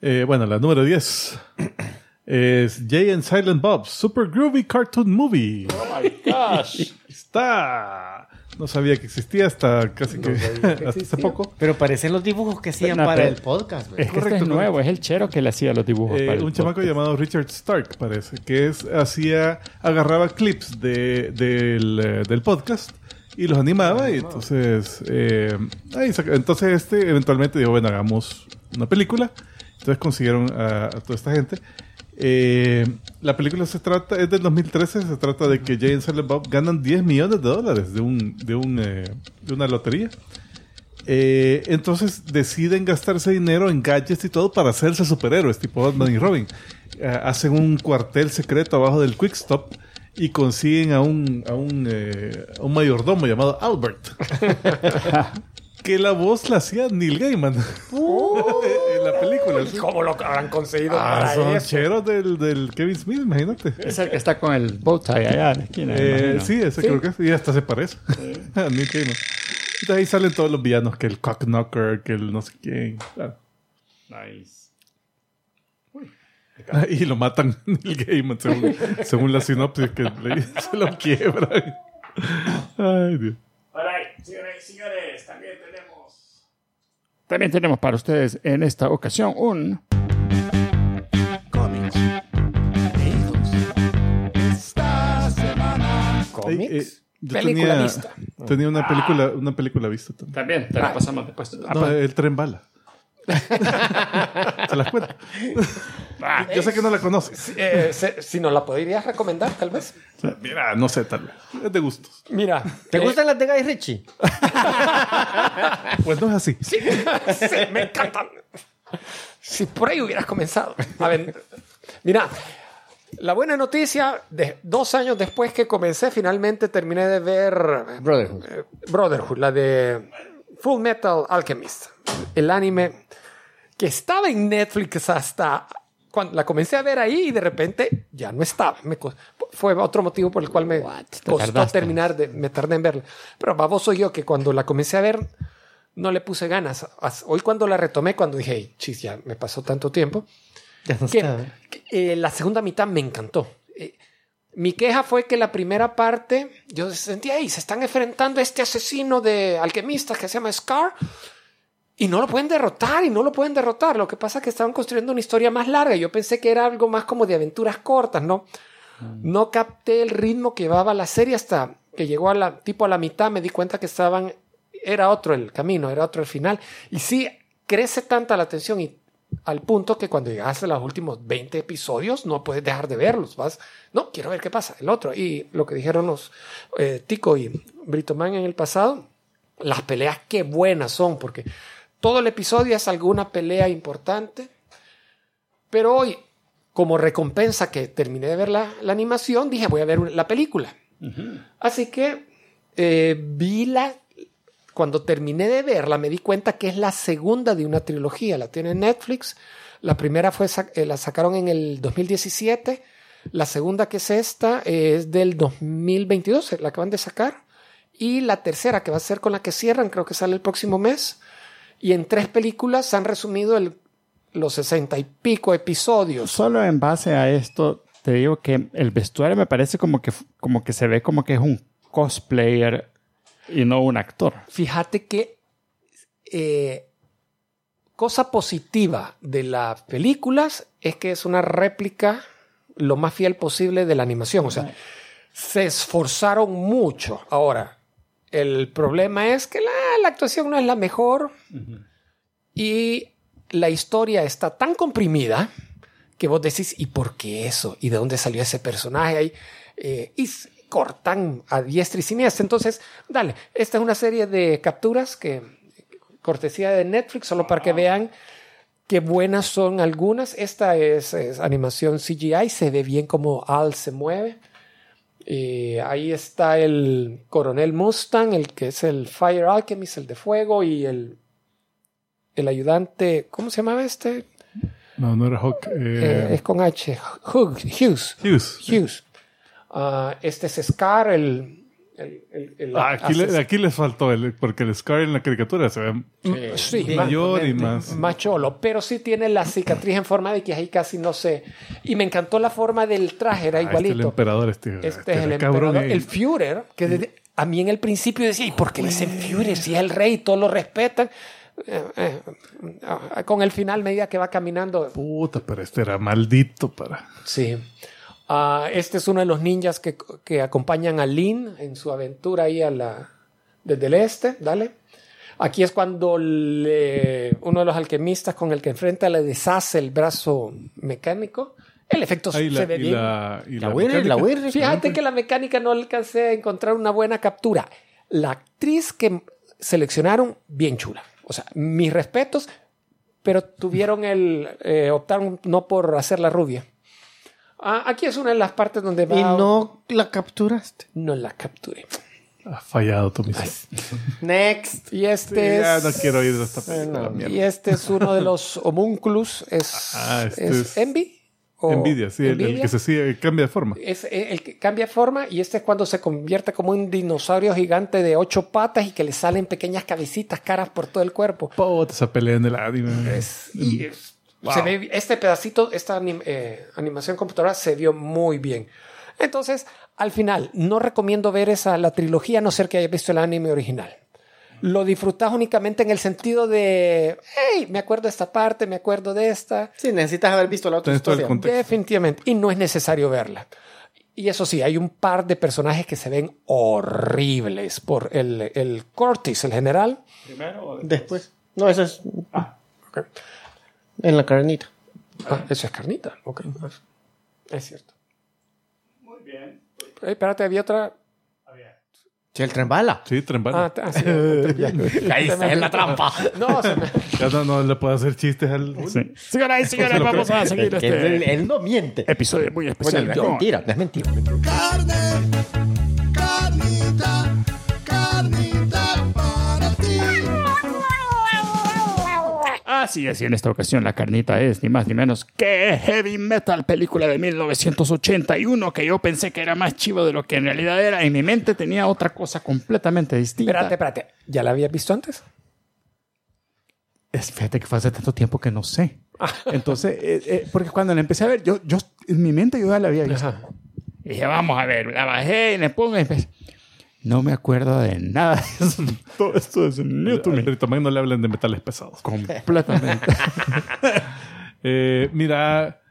Eh, bueno, la número 10 es Jay and Silent Bob, Super Groovy Cartoon Movie. Oh my gosh. Está. No sabía que existía hasta casi que, hasta hace poco. Pero parecen los dibujos que hacían No, para pero- el podcast. güey. Es que este Correcto, es nuevo, es el chero que le hacía los dibujos. Eh, para el un chamaco podcast. llamado Richard Stark, parece, que es, hacía, agarraba clips de, del, eh, del podcast y los animaba. Y entonces, eh, ahí saca- entonces este eventualmente dijo, bueno, hagamos una película. Entonces consiguieron a, a toda esta gente. Eh, la película se trata, es del 2013, se trata de que Jay y Silent Bob ganan 10 millones de dólares de, un, de, un, eh, de una lotería. Eh, entonces deciden gastarse dinero en gadgets y todo para hacerse superhéroes, tipo Batman y Robin. Eh, hacen un cuartel secreto abajo del Quick Stop y consiguen a un, a un, eh, a un mayordomo llamado Albert. que la voz la hacía Neil Gaiman en la película. Oh. ¿Cómo lo habrán conseguido Ah, para son eso? cheros del, del Kevin Smith, imagínate. Es el que está con el bow tie allá en la esquina. me Eh, imagino. sí, ese creo que es. Y hasta se parece. A Neil Gaiman. Entonces ahí salen todos los villanos, que el Cockknocker, que el no sé quién. claro. Ah, Y lo matan a Neil Gaiman, según, según la sinopsis que leí. Se lo quiebran. Ay, Dios. También tenemos para ustedes en esta ocasión un Cómics de hijos. Esta semana. ¿Cómics? Eh, eh, yo Película tenía, vista. Ah. tenía una película, una película vista también. También, te la pasamos después. Ah, No, el tren bala. Se las cuento. Ah, Yo sé que no la conoces. si- eh, se- si nos la podrías recomendar, tal vez. Mira, no sé, tal vez. Es de gustos. Mira, ¿Te eh, gustan las de Guy Ritchie? Pues no es así. sí, me encantan. Si por ahí hubieras comenzado. A ver, mira, la buena noticia, de, dos años después que comencé, finalmente terminé de ver Brotherhood. eh, Brotherhood, la de Full Metal Alchemist, el anime que estaba en Netflix hasta cuando la comencé a ver ahí y de repente ya no estaba. Me cos- fue otro motivo por el cual me costó tardaste. terminar de me tardé en verla. Pero baboso yo que cuando la comencé a ver no le puse ganas. As- Hoy cuando la retomé, cuando dije, "Ey, chis, ya me pasó tanto tiempo, Ya no que- está. que, eh, la segunda mitad me encantó. Eh, mi queja fue que la primera parte, yo sentía ahí, se están enfrentando a este asesino de alquimistas que se llama Scar y no lo pueden derrotar y no lo pueden derrotar. Lo que pasa es que estaban construyendo una historia más larga. Yo pensé que era algo más como de aventuras cortas, ¿no? No capté el ritmo que llevaba la serie hasta que llegó a la, tipo a la mitad, me di cuenta que estaban, era otro el camino, era otro el final. Y sí, crece tanta la tensión y al punto que cuando llegas a los últimos 20 episodios no puedes dejar de verlos. Vas, no, quiero ver qué pasa, el otro. Y lo que dijeron los eh, Tico y Britoman en el pasado, las peleas qué buenas son, porque todo el episodio es alguna pelea importante. Pero hoy, como recompensa que terminé de ver la, la animación, dije voy a ver la película. Así que eh, vi la. Cuando terminé de verla, me di cuenta que es la segunda de una trilogía. La tiene Netflix. La primera fue sa- eh, la sacaron en el 2017. La segunda, que es esta, eh, es del 2022, eh, la acaban de sacar. Y la tercera, que va a ser con la que cierran, creo que sale el próximo mes. Y en tres películas han resumido el- los sesenta y pico episodios. Solo en base a esto, te digo que el vestuario me parece como que, como que se ve como que es un cosplayer y no un actor. fíjate que eh, cosa positiva de las películas es que es una réplica lo más fiel posible de la animación. O sea, se esforzaron mucho. Ahora, el problema es que la, la actuación no es la mejor y la historia está tan comprimida que vos decís, ¿y por qué eso? ¿Y de dónde salió ese personaje ahí? Eh, y s- cortan a diestra y siniestra. Entonces, dale, esta es una serie de capturas que cortesía de Netflix, solo para que vean qué buenas son algunas. Esta es, es animación CGI, se ve bien como Al se mueve. Eh, ahí está el coronel Mustang, el que es el Fire Alchemist, el de fuego, y el, el ayudante, ¿cómo se llamaba este? No, no era Hawk. Eh, Eh, es con H. Hugh- Hughes. Hughes. Hughes. Ah, este es Scar, el. el, el- el- Ah, Aquí, le- ases- aquí les faltó, el, porque el Scar en la caricatura se ve Sí, ma- mayor y más. más cholo, pero sí tiene la cicatriz en forma de que ahí casi no sé. Y me encantó la forma del traje, era Ah, este es el igualito. emperador, este. Este, es el era cabrón, emperador. eh. El Führer, que desde- a mí en el principio decía, ¿y por qué le dicen Pues. Führer? Si es el rey, todos lo respetan. Eh, eh, ah, con el final, medida que va caminando, Puta, pero este era maldito para. Sí. Ah, este es uno de los ninjas que, que acompañan a Lin en su aventura ahí a la, desde el este, dale. Aquí es cuando le- uno de los alquimistas con el que enfrenta le deshace el brazo mecánico. El efecto Ah, y la, se ve y bien. la, y La la Weary, la mecánica. Weary. Fíjate pues. que la mecánica no alcancé a encontrar una buena captura. La actriz que seleccionaron, bien chula. O sea, mis respetos, pero tuvieron el. eh, optaron no por hacerla rubia. Ah, aquí es una de las partes donde va. Y no la capturaste. no la capturé. Ha fallado tu misión. Next. Y este Sí, ya es. no quiero ir de esta película, la mierda. Y este es uno de los homúnculos. Es, Ah, este es, es- Envy. o- Envidia, sí, el- el, Envidia. que se sigue, cambia de forma. Es eh, el el que cambia forma y este es cuando se convierte como un dinosaurio gigante de ocho patas y que le salen pequeñas cabecitas, caras por todo el cuerpo. Puta, esa pelea en el anime. Mm, Y es- se ve- este pedacito, esta anim- eh, animación computadora se vio muy bien. Entonces, al final, no recomiendo ver esa la trilogía a no ser que hayas visto el anime original. Lo disfrutas únicamente en el sentido de, hey, me acuerdo de esta parte, me acuerdo de esta. Sí, necesitas haber visto la otra Tienes todo el historia. contexto. Definitivamente. Y no es necesario verla. Y eso sí, hay un par de personajes que se ven horribles por el, el Cortis, el general. Después. No, esa es. En la carnita. Ah, eso es carnita. Ok. Es cierto. Muy bien. espérate, había otra. Sí, el tren bala. Sí, tren bala. Ah, t- ah, sí, Caíste en la trampa. No, se me- Ya no, no le puedo hacer chistes al. Sí. Señoras y señores, vamos a seguir Que él, este pues él no miente. episodio muy especial. Bueno, yo- con- mentira, no es mentira. Carne, carnita, carnita para ti. Así es, y en esta ocasión la carnita es ni más ni menos que Heavy Metal, película de 1981 que yo pensé que era más chivo de lo que en realidad era. En mi mente tenía otra cosa completamente distinta. espérate, espérate. ¿Ya la habías visto antes? Es- fíjate que fue hace tanto tiempo que no sé. Ah. Entonces, eh, eh, porque cuando la empecé a ver, yo, yo, en mi mente yo ya la había visto. Y dije, vamos a ver, la bajé y le pongo y empecé. No me acuerdo de nada. Todo esto es new to me. Al Rito Man no le hablen de metales pesados. Completamente. Eh, mira,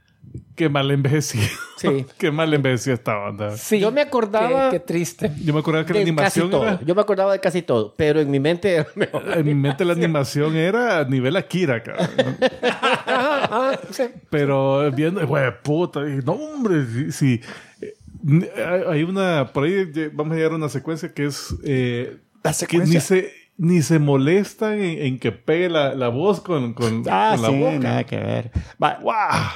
qué mal envejecido. Sí. qué mal envejecida esta banda. Sí. Yo me acordaba Qué, qué triste. Yo me acordaba que la de casi animación todo. era. Yo me acordaba de casi todo, pero en mi mente era mejor. En mi mente la animación era a nivel Akira, cabrón. Ajá, ajá, Ah, sí. Pero viendo, güey, puta, dije, no, hombre, si. si- eh, hay- hay una, por ahí eh, vamos a llegar a una secuencia que es. eh, La que secuencia. ni se, ni se molestan en, en que pegue la, la voz con, con, ah, con la sí, boca. nada que ver. Va, e, ¡Guau!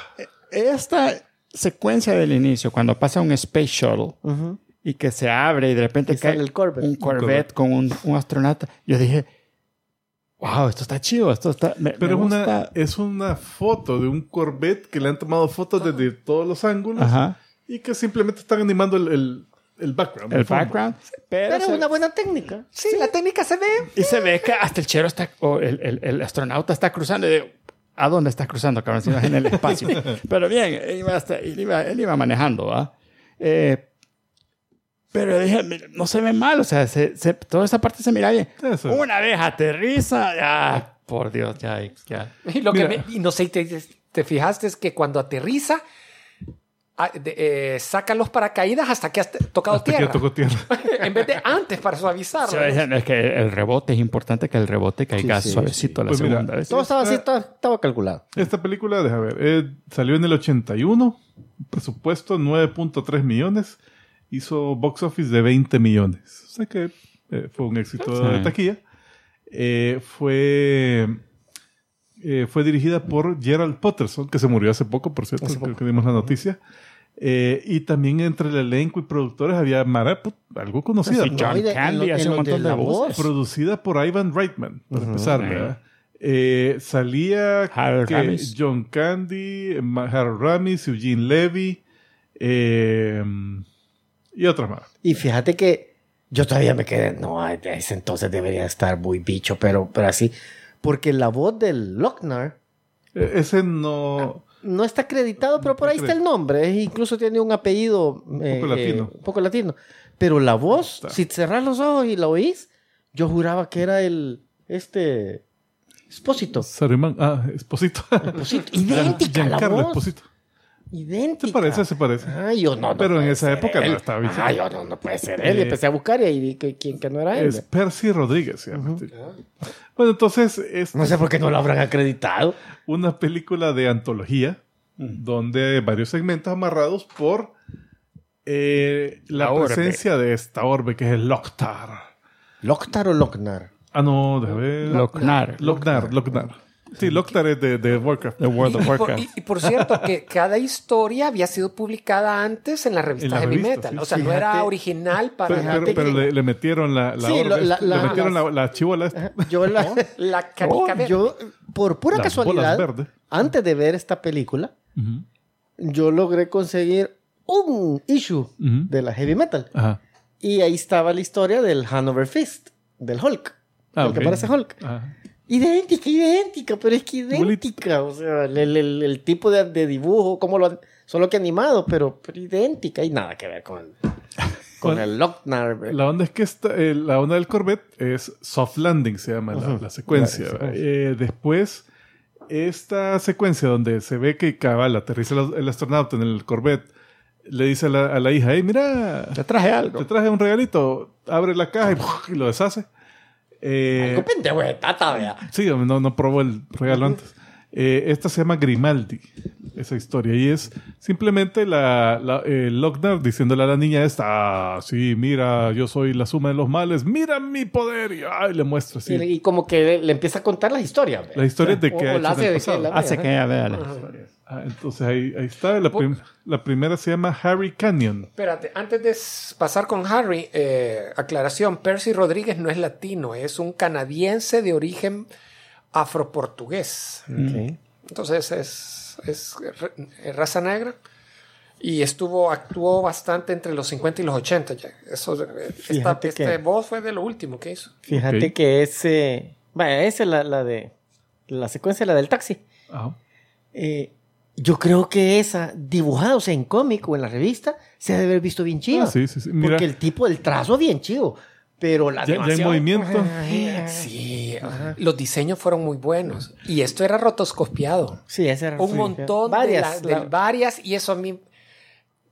esta secuencia del inicio, cuando pasa un space shuttle y que se abre y de repente Y cae sale el Corvette. un Corvette con un, un astronauta, yo dije, wow, esto está chido, esto está... me- me Pero es una, gusta". es una foto de un Corvette que le han tomado fotos desde todos los ángulos Ah. Ajá, y que simplemente están animando el, el, el background. el fondo. background. Pero, Pero se- una buena técnica. Sí, la técnica se ve. Y se ve que hasta el chero está, o el, el- el astronauta está cruzando. Y digo, ¿a dónde está cruzando, cabrón? Si no es en el espacio. pero bien, él iba, hasta- él iba, él iba manejando, ¿va? Eh, pero dije, "Mira, no se ve mal, o sea, se- se- toda esa parte se mira bien. Eso. Una vez aterriza, ya, por Dios, ya, ya. Y, lo que Mira. me- y no sé, y te, te fijaste es que cuando aterriza, a- de- eh, saca los paracaídas hasta que has t- tocado Hasta que tierra. ya tocó tierra. en vez de antes para O sea, suavizarlo. dije, "No, es que el rebote es importante que el rebote caiga sí, suavecito la Pues mira, segunda vez. Todo estaba así, estaba, estaba calculado. Esta película, deja ver, eh, salió en el 81, presupuesto 9.3 millones, hizo box office de 20 millones. O sea que eh, fue un éxito de Sí. taquilla. Eh, fue, eh, fue dirigida por Gerald Potterson, que se murió hace poco, por cierto, creo que dimos la noticia. Eh, y también entre el elenco y productores había Mara, put- algo conocida. Sí, ¿no? John y de- en Candy lo- en hace un lo montón de de la voces. Producida por Ivan Reitman, para empezar, ¿verdad? Eh, salía Harold que Ramis. John Candy, eh, Ma- Harold Ramis, Eugene Levy eh, y otras más. Y fíjate que yo todavía me quedé, no, a ese entonces debería estar muy bicho, pero, pero así. Porque la voz del Lochner Eh, ese no. no está acreditado, pero por ahí está el nombre. eh, Incluso tiene un apellido eh, poco eh, latino. un poco latino. Pero la voz, Está. si cerrás los ojos y la oís, yo juraba que era el, este, Espósito. Saruman. Ah, Esposito. Esposito. Idéntica la Giancarlo voz. Esposito. Idéntica. Se parece, se parece. Ay, yo no, no Pero en puede esa ser época él. no estaba bicho. Ay, yo no, no puede ser él. Y Eh, empecé a buscar y ahí vi que, que, que no era él. Es Percy Rodríguez. se llama. Bueno, entonces es No sé por qué no lo habrán acreditado. una película de antología Mm. donde varios segmentos amarrados por eh, la, La orbe. presencia de esta orbe que es el Loctar. ¿Loctar o Lochnar? Ah, no, déjame ver. Lochnar. Lochnar, Lochnar. Sí, Loctar es de, de Warcraft. The Y- World of y, por, Warcraft. y- y por cierto, que cada historia había sido publicada antes en la revista En la Heavy revista, Metal. sí. o sea, no Fíjate. era original para Pero, pero- gente pero que- le, le metieron la, la, Sí, orbe, lo- la- la- le metieron la, la chivola esta. Yo la, la canica verde. yo, por pura Las bolas casualidad, verdes. antes de ver esta película, Ujú, yo logré conseguir un issue ujú. de la heavy metal. Ajá. Y ahí estaba la historia del Hanover Fist, del Hulk. Ah, el ok. que parece Hulk. Ajá. Idéntica, idéntica, pero es que Igualito. idéntica. O sea, el, el- el- el tipo de, de dibujo, cómo lo han- Solo que animado, pero, pero idéntica. Y nada que ver con el, con Con- el Lochnar. La onda es que esta, eh, la onda del Corvette es soft landing, se llama la, Ujú. la secuencia. La ¿verdad? secuencia. Eh, después, esta secuencia donde se ve que cabal aterriza el, el astronauta en el Corvette, le dice a la, a la hija, hey, mira, Te traje algo. te traje un regalito, abre la caja y, y lo deshace. Eh, Algo pendejo de tata, vea. Sí, no, no probó el regalo antes. Eh, esta se llama Grimaldi, esa historia. Y es simplemente la, la- eh, Lochner diciéndole a la niña esta, "Ah, sí, mira, yo soy la suma de los males, mira mi poder. Y ay, le muestra así. Y, y como que le, le empieza a contar las historias. vea. La historia de O- que ha o hecho en la el hace de pasado. que la- Hace que ella vea la Ajá. historia. Ah, entonces ahí, ahí está. La, prim- la primera se llama Harry Canyon. Espérate, antes de s- pasar con Harry, eh, aclaración, Percy Rodríguez no es latino, es un canadiense de origen afroportugués. Mm. Mm. Ok. Entonces es, es re- eh, raza negra y estuvo, actuó bastante entre los 50 y los 80. ya. Eso, eh, esta, Fíjate que- este voz fue de lo último que hizo. Fíjate Ok. que ese. Vaya, esa es la, la de. La secuencia, la del taxi. Ajá. Eh, yo creo que esa, dibujada, o sea, en cómic o en la revista, se ha de haber visto bien chido. Ah, sí, sí, sí. Mira, Porque el tipo, el trazo bien chido. Pero la ya, ya en animación- movimiento. Ay, ay. Sí, Sí, los diseños fueron muy buenos y esto era rotoscopiado. esa era un Ah, sí. montón Varias, de, la- de la- varias y eso a mí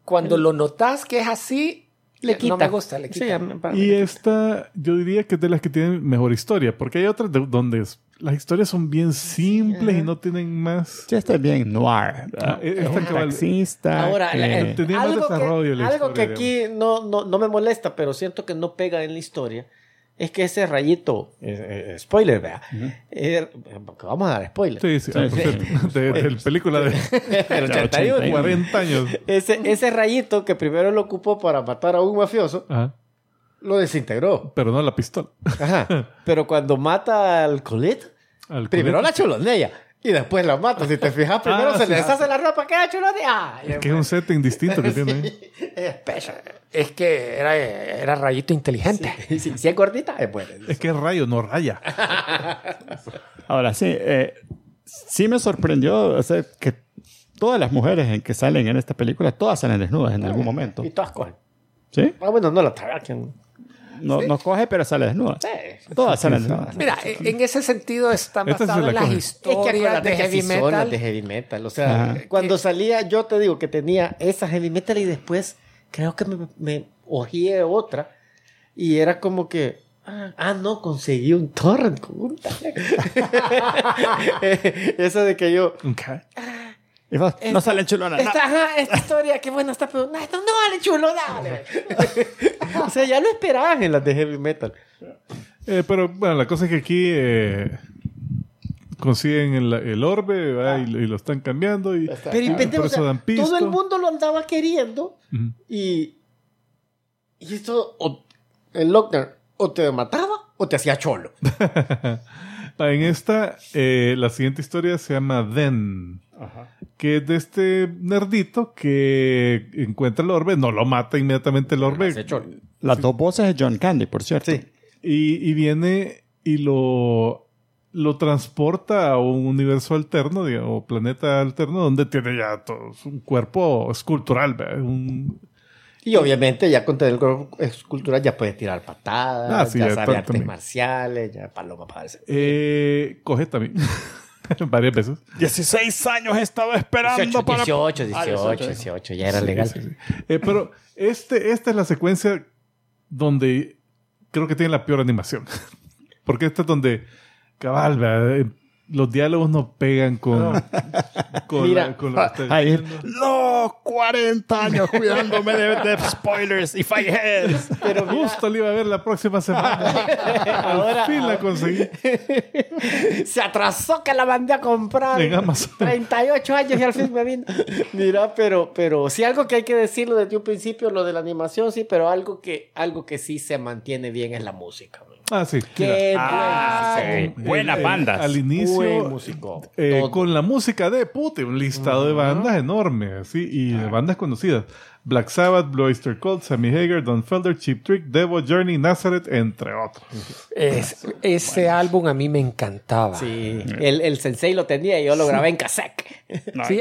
cuando lo notas que es así eh, le quita. no me gusta le quita Sí, me- para- Y esta, yo diría que es de las que tienen mejor historia, porque hay otras de- donde es- las historias son bien simples y no tienen más. Sí, está bien noir. Ah, Es esta un que vale. taxista. Ahora, que- eh, la- el- Ah, eh, Tenía más algo, desarrollo que, la algo que historia, aquí no, no, no me molesta, pero siento que no pega en la historia, es que ese rayito, eh, eh, spoiler, vea, Eh, vamos a dar spoiler. Sí, sí, ah, por Sí. cierto, de, de la película de Pero Ya, 81. 81. 40 años. Ese, ese rayito que primero lo ocupó para matar a un mafioso, Ajá. lo desintegró. Pero no la pistola. Ajá. Pero cuando mata al Colette, Al primero culete. la chulonea y después la mata. Si te fijas, primero Ah, se sí, le sí. deshace la ropa, queda chulonea. Que es un setting distinto que tiene. ahí. es que era, era rayito inteligente Y Si, si es gordita, es buena. Es que es rayo, no raya. Ahora sí, eh, sí me sorprendió o sea, que todas las mujeres en que salen en esta película, todas salen desnudas en algún momento. Y todas cogen. ¿Sí? Ah, bueno, no la Targaryen. No, no coge, pero sale desnuda. Sí. Todas salen desnudas. mira en ese sentido están Esta sí basadas se la en las coge. Es que historias acuérdate de que heavy así son las metal de heavy metal. O sea, Ajá. cuando salía, yo te digo que tenía esa heavy metal y después creo que me, me ojeé otra y era como que. Ah, ah, no, conseguí un torrent. con un tag. Eso de que yo. Y vos, no salen chulonas. no. Esta, ajá, esta historia, qué buena está, pero no, esto no vale chulo, dale. o sea, ya lo esperabas en las de heavy metal. Eh, pero bueno, la cosa es que aquí eh, consiguen el, el orbe ¿verdad? y, y lo están cambiando. Y, Pero y inventemos, por o sea, eso dan pisto. todo el mundo lo andaba queriendo Ujú. y. Y esto, o- el Lochner, o te mataba o te hacía cholo. Ah, En esta, eh, la siguiente historia se llama Den. Que es de este nerdito que encuentra el orbe, no lo mata inmediatamente el Se orbe. cholo. Las dos voces de John Candy, por cierto. Sí. Y, y viene y lo, lo transporta a un universo alterno, digamos, o planeta alterno, donde tiene ya todo, es un cuerpo escultural, ¿verdad? un, Y obviamente, ya con tener el cuerpo escultural, ya puedes tirar patadas, Ah, sí, ya, ya sabe tam- artes también. marciales, ya paloma para darse. eh, coge también. Varias veces. 16 años estaba esperando 18, para... 18, 18, 18. 18, ya era legal. Sí, sí, sí. Eh, pero este, esta es la secuencia donde creo que tiene la peor animación. Porque esta es donde, cabal, ¿verdad? Eh, los diálogos no pegan con, con, Mira, la- con lo que está Ahí, diciendo. ¡Loco! 40 años cuidándome de, de spoilers y fireheads. Pero justo le iba a ver la próxima semana. Ahora, Al fin la conseguí se atrasó que la mandé a comprar. en Amazon. 38 años y al fin me vino. Mira, pero, pero sí algo que hay que decirlo desde un principio, lo de la animación, sí, pero algo que, algo que sí se mantiene bien es la música. man. Ah, sí. mira. Qué Ah, buen sí. músico. Buena Eh, eh, banda. Al inicio, Buen músico. eh, Todo. con la música de Putin, un listado de bandas enorme, sí, y Ah. de bandas conocidas. Black Sabbath, Blue Oyster Cult, Sammy Hagar, Don Felder, Cheap Trick, Devo, Journey, Nazareth, entre otros. Es- ese álbum a mí me encantaba. Sí. Ah, Sí, el, el sensei lo tenía y yo lo grabé en cassette.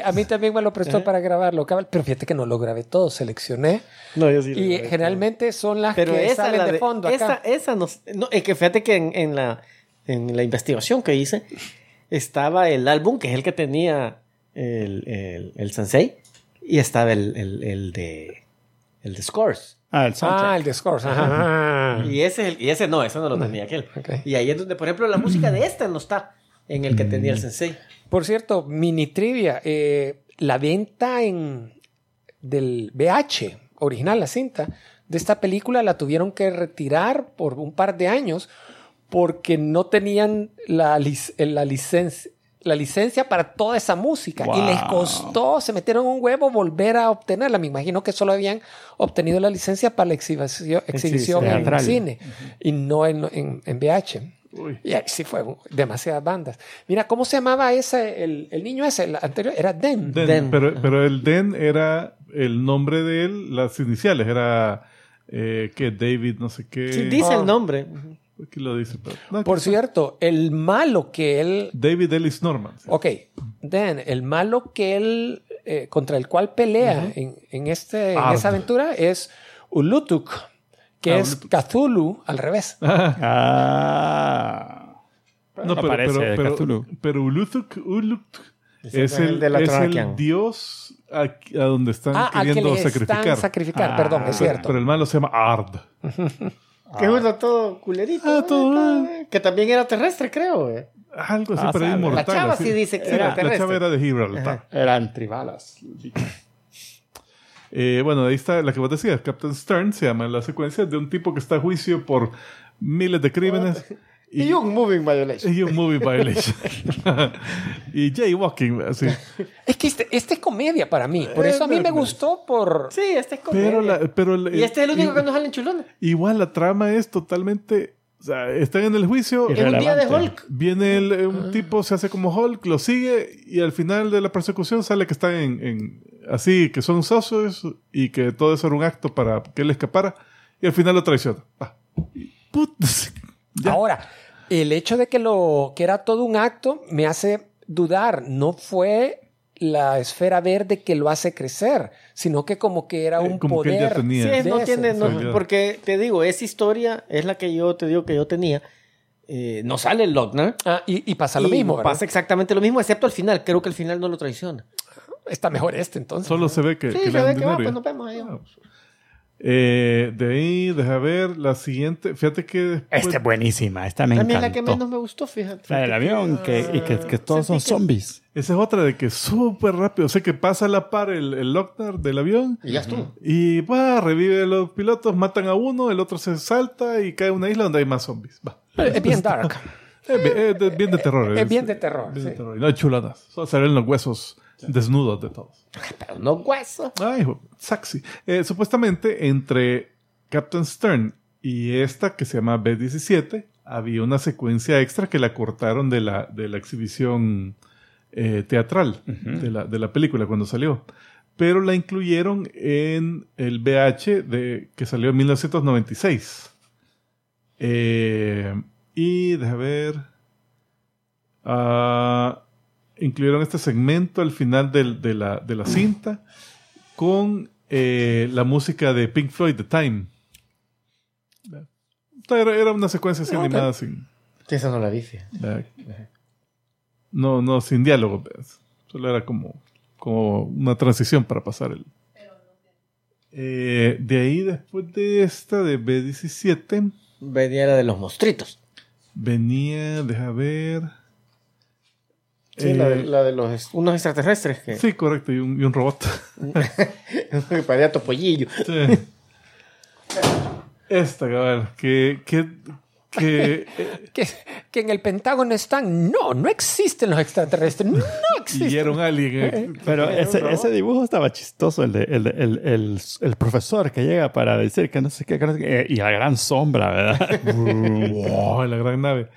a mí también me lo prestó para grabarlo, cabal, pero fíjate que no lo grabé todo, seleccioné. No, yo sí lo Y grabé. generalmente son las Pero Ah, que esa, salen la de, de- fondo acá. esa, esa nos- no, es que fíjate que en, en la, en la investigación que hice estaba el álbum, que es el que tenía el, el, el sensei, y estaba el, el, el de, el de Scores. Ah, el soundtrack. Ah, el de Scores. ajá. Y ese, es el- y ese no, ese no lo tenía aquel. Ok. Y ahí es donde, por ejemplo, la música de esta no está en el que tenía el sensei. Por cierto, mini trivia. eh, la venta en del VH original, la cinta, de esta película la tuvieron que retirar por un par de años porque no tenían la, lic- eh, la licencia la licencia para toda esa música y les Wow. costó, se metieron un huevo volver a obtenerla. Me imagino que solo habían obtenido la licencia para la exhibición, exhibición en teatral. cine y no en, en- en VH. Uy. Y ahí sí fue uh, demasiadas bandas. Mira, ¿cómo se llamaba ese, el, el niño ese, el anterior? Era Den. Den, Den. Pero, pero el Den era el nombre de él, las iniciales, era eh, que David, no sé qué. Sí, dice Ah. el nombre. Aquí lo dice, pero- no, Por aquí está. cierto, el malo que él... David Ellis Norman. sí. Ok, Den, el malo que él, eh, contra el cual pelea en, en este, en Ah. esa aventura es Ulutuk, que Ah, es Cthulhu al revés. Ah. No, pero, aparece pero, pero, Cthulhu. pero Uluthuk, Uluk es el el, de la es el Trakian. dios a, a donde están Ah, al que queriendo le sacrificar. están sacrificar, Ah, perdón, es Pero- cierto. Pero el malo se llama Ard. Que es uno todo culerito. Ah, ¿no? todo. eh, Que también era terrestre, creo. eh. Algo así, Ah, pero sabe. inmortal. La chava así. sí dice que Sí, era la- La chava terrestre. era de Gibraltar. Eran tribalas. Eh, bueno, ahí está la que vos decías, Captain Stern, se llama la secuencia de un tipo que está a juicio por miles de crímenes. Y un moving violation. Y un movie violation. y Jaywalking, así. Es que este, este es comedia para mí, por eso a mí me gustó por... Sí, este es comedia. Pero, la- pero la- y este es el único y- que nos sale en chulona. Igual la trama es totalmente. O sea, están en el juicio. Y En un día de Relevante. Hulk. Viene el- eh, Ah. un tipo, se hace como Hulk, lo sigue y al final de la persecución sale que están en, en- así, que son socios y que todo eso era un acto para que él escapara y al final lo traiciona. Ah. Put- Ya. Ahora, el hecho de que lo que era todo un acto me hace dudar, no fue la esfera verde que lo hace crecer, sino que como que era Eh, un como que él poder. ya tenía. Sí, es- no De tiene, ese, no- sí. porque te digo, esa historia es la que yo te digo que yo tenía. Eh, no sale el Lochner. Ah, y, y pasa lo mismo, ¿verdad? Pasa exactamente lo mismo, excepto al final. Creo que al final no lo traiciona. Está mejor este entonces. Solo se ve que, Sí, que se le ve dan que va, dinero y- pues nos vemos ahí. Ah, pues. Eh, de ahí, deja ver la siguiente. Fíjate que después- Este Esta es buenísima. Esta me A mí encantó. es la que menos me gustó, fíjate. La del avión, que, y que, que todos son zombies. esa es otra de que súper rápido. O sea que pasa a la par el, el Lochner del avión Y ya estuvo. Y va, revive los pilotos, matan a uno, el otro se salta y cae a una isla donde hay más zombies. Va. Es bien dark. Es bien, es de, bien de terror. Es Eh, bien de terror, bien de sí. terror. Y No hay chuladas. Solo se ven los huesos desnudos de todos. Pero no hueso. Ay, hijo, sexy. Eh, supuestamente entre Captain Stern y esta que se llama B-17 había una secuencia extra que la cortaron de la, de la exhibición eh, teatral de, la, de la película cuando salió. Pero la incluyeron en el VH de, que salió en 1996. Eh, y deja ver. Ah, incluyeron este segmento al final del- de, la, de la cinta con eh, la música de Pink Floyd, The Time. Era, era una secuencia Ah, así animada sin. Sí, esa no la vi, fíjate. la- no, no, sin diálogo. pues. Solo era como, como una transición para pasar el. Eh, de ahí, después de esta de B17, Venía la de los mostritos. venía, deja ver. Sí, la, de, Eh, la de los unos extraterrestres que Sí, correcto, y un, y un robot. que parecía topollillo. Sí. Esta, cabal, que, que, que eh, Que, que en el Pentágono están. No, no existen los extraterrestres. No existen. hicieron alguien. eh. Pero ese, robot. ese dibujo estaba chistoso, el, de- el, de- el, el, el profesor que llega para decir que no sé qué, que no sé qué, eh, y la gran sombra, ¿verdad? Wow, la gran nave.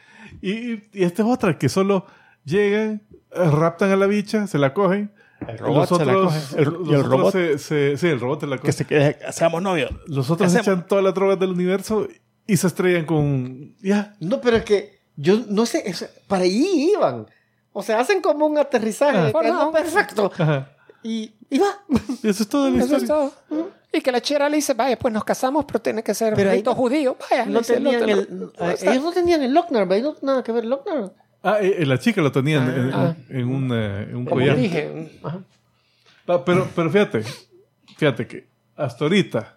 Y, y- y esta es otra, que solo llegan, eh, raptan a la bicha, se la cogen. El robot se la coge. El- los y el otros robot se- se- sí, el robot se la coge. que se quede, seamos novios. Los otros hacemos? echan todas las drogas del universo y se estrellan con... Ya, No, pero es que yo no sé, o sea, para ahí iban. O sea, hacen como un aterrizaje Por que nada. no perfecto. Ajá. Y, y va. Y eso es todo la Eso es historia. todo. Y que la chera le dice, vaya, pues nos casamos, pero tiene que ser Pero ahí rito no- judío. Vaya, le No dice, tenían te lo- el, eh, ellos no tenían el Lochner, ¿verdad? No, nada que ver Lochner. Ah, eh, eh, la chica lo tenía en- en, Ah. en un, eh, en un Como collar. dije, ajá. Ah, pero, pero fíjate, fíjate que hasta ahorita,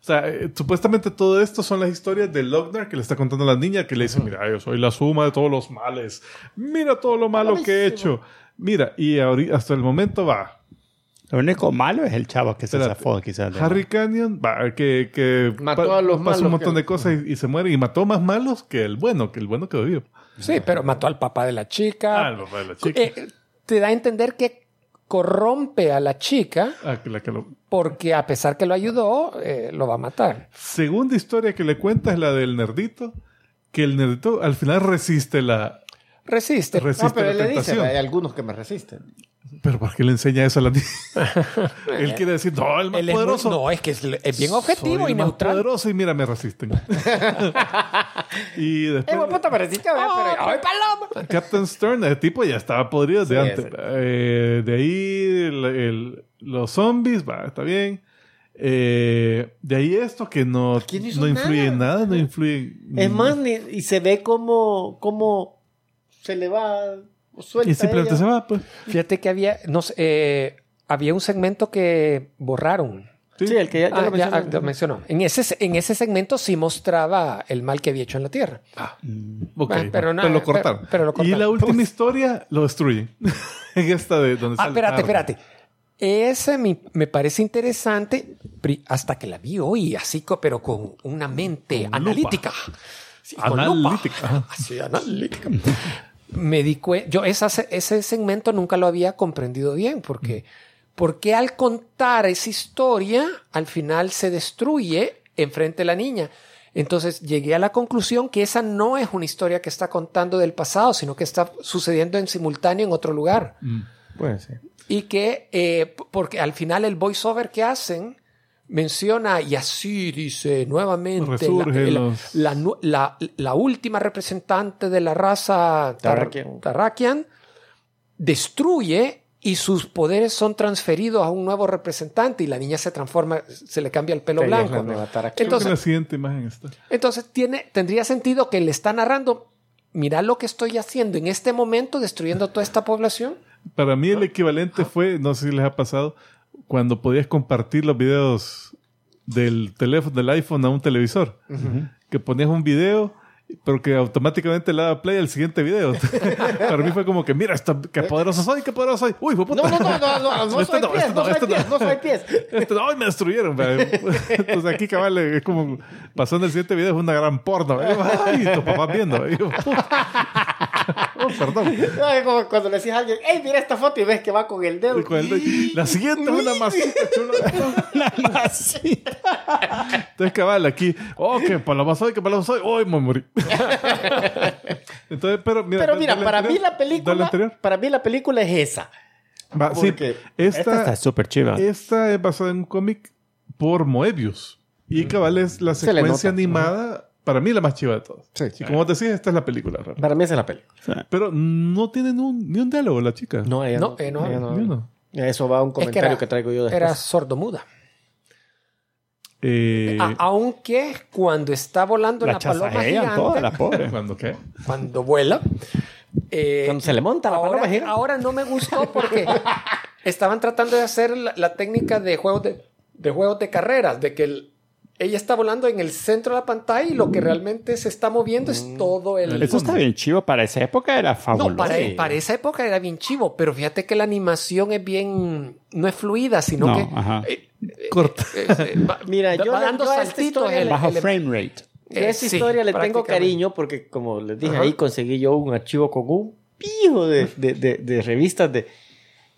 o sea, eh, supuestamente todo esto son las historias de Lochner que le está contando a la niña, que le dice, mira, yo soy la suma de todos los males, mira todo lo malo que he hecho, mira, y ahori- hasta el momento va. Lo único malo es el chavo que se Espérate. zafó, quizás. de- Harry Canyon, va, que, que Mató pa- a los pasa malos un montón que- de cosas y, y se muere, y mató más malos que el bueno, que el bueno quedó vivo. Sí, pero mató al papá de la chica. Ah, el papá de la chica. Eh, te da a entender que corrompe a la chica Ah, que la que lo- porque a pesar que lo ayudó, eh, lo va a matar. Segunda historia que le cuenta es la del nerdito, que el nerdito al final resiste la... Resiste. Resiste No, pero la él le dice, tentación. hay algunos que me resisten. Pero ¿por qué le enseña eso a la niña? Él quiere decir, no, el más Él es muy- poderoso. no, es que es, es bien Soy objetivo el y más neutral. poderoso y mira, me resisten. y Eh, después bueno, puta, me resiste, ¿verdad? ¡Oh, Pero- ¡Ay, paloma! Captain Stern, el tipo ya estaba podrido de Sí, antes. Eh, de ahí el- el- los zombies, va, está bien. Eh, de ahí esto que no, Aquí no hizo no influye en nada. nada, no influye. Es más, ni- y se ve como, como se le va, suelta. Y simplemente ella. se va, pues. Fíjate que había, no sé, eh, había un segmento que borraron. Sí. Sí, el que ya, ya Ah, lo ya, mencioné. ah, lo mencionó. En ese, en ese segmento sí mostraba el mal que había hecho en la Tierra. Ok, Ah, pero no, lo cortaron. pero- pero lo Y cortaron. la última historia lo destruyen. en esta de donde Ah, sale espérate, Arda. espérate. Ese mi- me parece interesante pri- hasta que la vi hoy, así, co- pero con una mente Con lupa. analítica. Sí, con lupa. Analítica. Ajá. Así, analítica. me di cuenta, yo esa se- ese segmento nunca lo había comprendido bien, porque, Mm. porque al contar esa historia, al final se destruye enfrente de la niña. Entonces llegué a la conclusión que esa no es una historia que está contando del pasado, sino que está sucediendo en simultáneo en otro lugar Mm. Puede ser. y que eh, p- porque al final el voiceover que hacen menciona y así dice nuevamente la, Resurge la- los- la nu- la- la última representante de la raza tar- Tarrakian. Tarrakian destruye y sus poderes son transferidos a un nuevo representante y la niña se transforma, se le cambia el pelo Sí, es la blanco. nueva Tarrakian. Creo que Entonces, la siguiente imagen está. entonces tiene, tendría sentido que le está narrando, mira lo que estoy haciendo en este momento destruyendo toda esta población. Para mí el Ah. equivalente fue, no sé si les ha pasado, cuando podías compartir los videos del teléfono, del iPhone a un televisor. Que ponías un video, pero que automáticamente le daba play al siguiente video. Para mí fue como que, mira, esto, qué poderoso soy, qué poderoso soy. Uy, fue puta. No, no, no, no, no, no Este soy pies, este no soy este pies, no soy pies. Este no, ¡ay, me destruyeron. man! Entonces aquí cabal es como pasando el siguiente video es una gran porno. ¿eh? Ay, tu papá viendo. ¿eh? Oh, perdón. No, es como cuando le decís a alguien, hey, mira esta foto y ves que va con el dedo. Y con el de- La siguiente es una masita chula. Una masita. Entonces cabal aquí, oh, que paloma soy, que paloma soy. Hoy me morí. Entonces, pero mira, Pero da- mira, dale para anterior, mí la dale película, anterior. para mí la película es esa. Va, sí, Porque Esta está súper chiva. Esta es basada en un cómic por Moebius. Y cabal es la Mm. Se le secuencia nota. animada, para mí la más chiva de todas. Sí. Y como te decía, esta es la película. realmente. Para mí esa es la película. Pero no tiene ni un, ni un diálogo la chica. No, ella No, no. eh, no. ella Ah, Ni uno. Eso va a un Es comentario que, era- traigo yo después. Era sordomuda. Eh, Ah, A- aunque cuando está volando la, La paloma chasajean gigante, toda, la ah. pobre. ¿Cuándo qué? cuando vuela, eh, Cuando se le monta la ahora, paloma gigante. ahora no me gustó porque estaban tratando de hacer la, la técnica de juegos de, de juegos de carreras, de que el- ella está volando en el centro de la pantalla y lo que realmente se está moviendo es todo el... Eso está bien chivo. Para esa época era fabuloso. No, para, e, para esa época era bien chivo, pero fíjate que la animación es bien... No es fluida, sino No, que... ajá. eh, eh, Corta. eh, eh, va- Mira, va yo- dando yo a este esta saltitos. historia el- le- Bajo el- frame rate. Yo eh, a esa sí, historia le tengo prácticamente. cariño porque, como les dije Ajá. ahí, conseguí yo un archivo con un pijo de, de- de- de revistas de...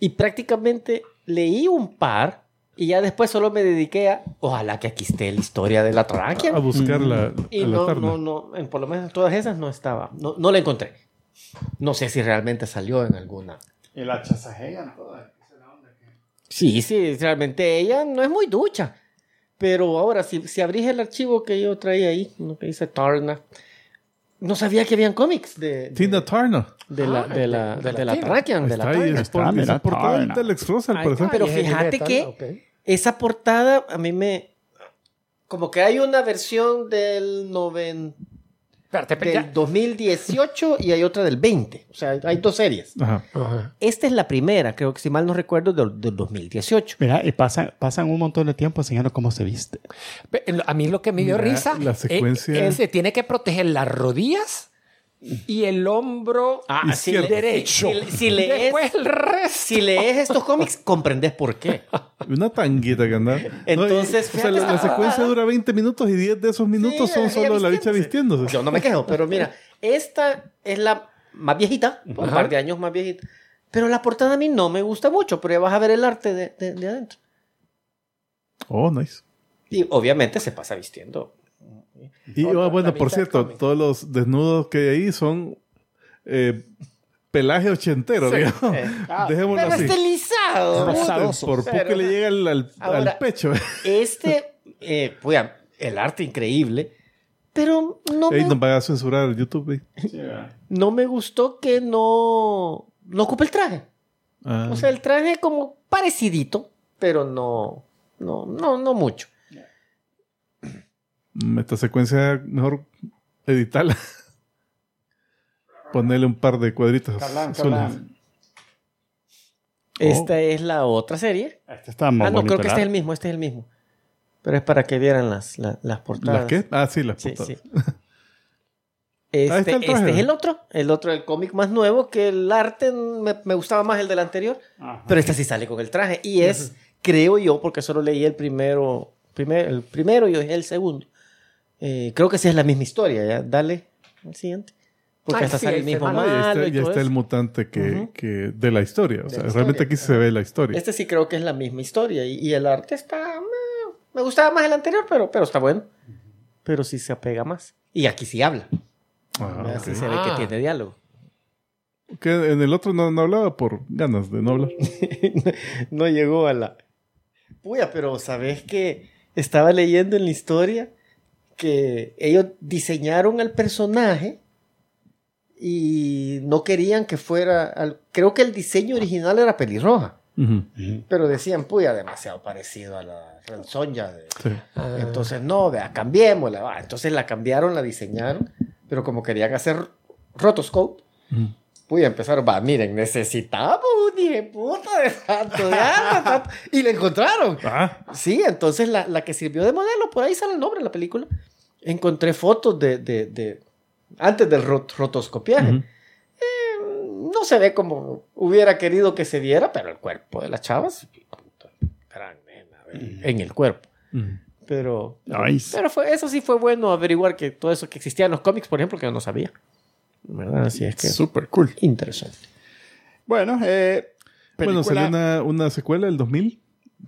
Y prácticamente leí un par y ya después solo me dediqué a... Ojalá que aquí esté la historia de la Toraquia. Ah, A buscar la, Y a la no, terna. no, no, en, por lo menos en todas esas no estaba. No, no la encontré. No sé si realmente salió en alguna. El hachazajean toda. Sí, sí, realmente ella no es muy ducha. Pero ahora, si, si abrís el archivo que yo traía ahí, lo que dice Tarna, no sabía que habían cómics de, de, Tina Turner. de la, de la, Ah, de de la, la Tina. Tarnakian, de la Está ahí, Tarna. es por, Está, es mira, portada del Turner. Alex Ross, al Ay, parecer. Pero y es el fíjate metal, que- ok. Esa portada a mí me... Como que hay una versión del, noven, Espérate, pero del ya. 2018 y hay otra del 20. O sea, hay dos series. Ajá. Esta es la primera, creo que si mal no recuerdo, del, del 2018. Mira, y pasan, pasan un montón de tiempo enseñando cómo se viste. Pe- lo- A mí lo que me dio La- risa la es- secuencia- es que tiene que proteger las rodillas y el hombro Ah, sí, Izquierdo. le- derecho. Si, si Y lees, después el resto. si lees estos cómics, comprendes por qué. Una tanguita que andaba. No, y- Entonces, o sea, la, fíjate, ah, la secuencia dura 20 minutos y 10 de esos minutos Sí, son ella solo la bicha vistiéndose. vistiéndose. Yo no me quejo, pero mira, esta es la más viejita, un par de años más viejita. Pero la portada a mí no me gusta mucho, pero ya vas a ver el arte de, de- de adentro. Oh, nice. Y obviamente se pasa vistiendo. Y Otra, ah, bueno, la por mitad cierto, cómic. todos los desnudos que hay ahí son eh, pelaje ochentero, digamos. Eh, Dejémoslo pero así. está lisado. Por poco Pero- le llega al, al- al Ahora- pecho. Este, eh, puya, el arte increíble, pero no Ey, me nos van a censurar el YouTube. eh. ey. no me gustó que no, no ocupe el traje. Ah. O sea, el traje como parecidito, pero no, no, no, no mucho. Oh. Mm, Esta secuencia, mejor editarla. Ponerle un par de cuadritos azules. Esta es la otra serie. Este está muy ah, no, bonito, creo que este es el mismo, este es el mismo. Pero es para que vieran las, la- las portadas. ¿Las qué? Ah, sí, las Sí, portadas. sí. Este, Ahí está el traje. este es el otro, el otro, el cómic más nuevo, que el arte me, me gustaba más el del anterior, pero esta sí sale con el traje. Y es, creo yo, porque solo leí el primero, primer, el primero y hoy es el segundo. eh, creo que sí es la misma historia, ya, dale al siguiente. Porque Ay, hasta sí, sale el el mismo final. Ah, ya malo está, y ya todo está el eso. mutante que, Ujú. que de la historia. O De sea, la realmente historia. aquí se ve la historia. Este sí creo que es la misma historia y, y el arte está... meh, Me gustaba más el anterior, pero, pero está bueno. Pero sí se apega más. Y aquí sí habla. Ah, Así ok. se ve Ah. que tiene diálogo. Que en el otro no, no hablaba por ganas de no hablar. no llegó a la. Puya, pero sabes que estaba leyendo en la historia que ellos diseñaron al personaje y no querían que fuera. al- Creo que el diseño original era pelirroja, Ujú. pero decían, puya, demasiado parecido a la Rensonja. De... Sí. Ah, Entonces, no, vea, cambiémosla. va. Entonces la cambiaron, la diseñaron, pero como querían hacer rotoscope, Ujú. Voy a empezar, va, miren, necesitamos un hijo de tanto de alma, tanto- y le encontraron. Ah, Sí, entonces la, la que sirvió de modelo, por ahí sale el nombre de la película. Encontré fotos de, de, de- antes del rot- rotoscopiaje. ujú. No se ve como hubiera querido que se viera, pero el cuerpo de las chavas, puta, gran nena, en el cuerpo. Ujú. Pero, Nice. pero fue, eso sí fue bueno averiguar que todo eso que existía en los cómics, por ejemplo, que yo no sabía. ¿Verdad? Así es que Super cool. interesante. Bueno, eh, Bueno, salió película- una, una secuela el 2000.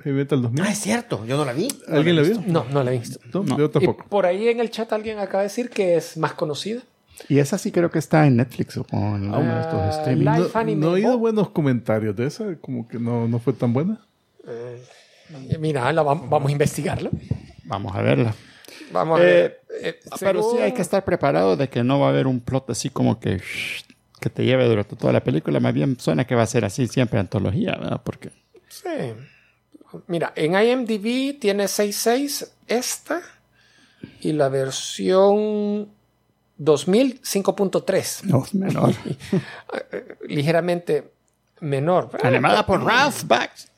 Heavy Metal 2000. Ah, es cierto, yo no la vi. ¿Alguien la vio? no, no la he visto. No, No. yo Y tampoco. por ahí en el chat alguien acaba de decir que es más conocida. Y esa sí creo que está en Netflix o en uno de estos Ah, este, streaming. Life No, Anime no he oído Bo- buenos comentarios de esa, como que no, no fue tan buena. Eh, Mira, la vam- vamos a investigarla. Vamos a verla. Vamos a Eh, ver. Eh, Ah, Pero sí según- hay que estar preparado de que no va a haber un plot así como que que te lleve durante toda la película. Más bien suena que va a ser así siempre antología, ¿verdad? Porque Sí. Mira, en IMDb tiene 6.6 esta y la versión 2000 5.3, no es menor. ligeramente menor. Ah, Animada por Ralph Bax.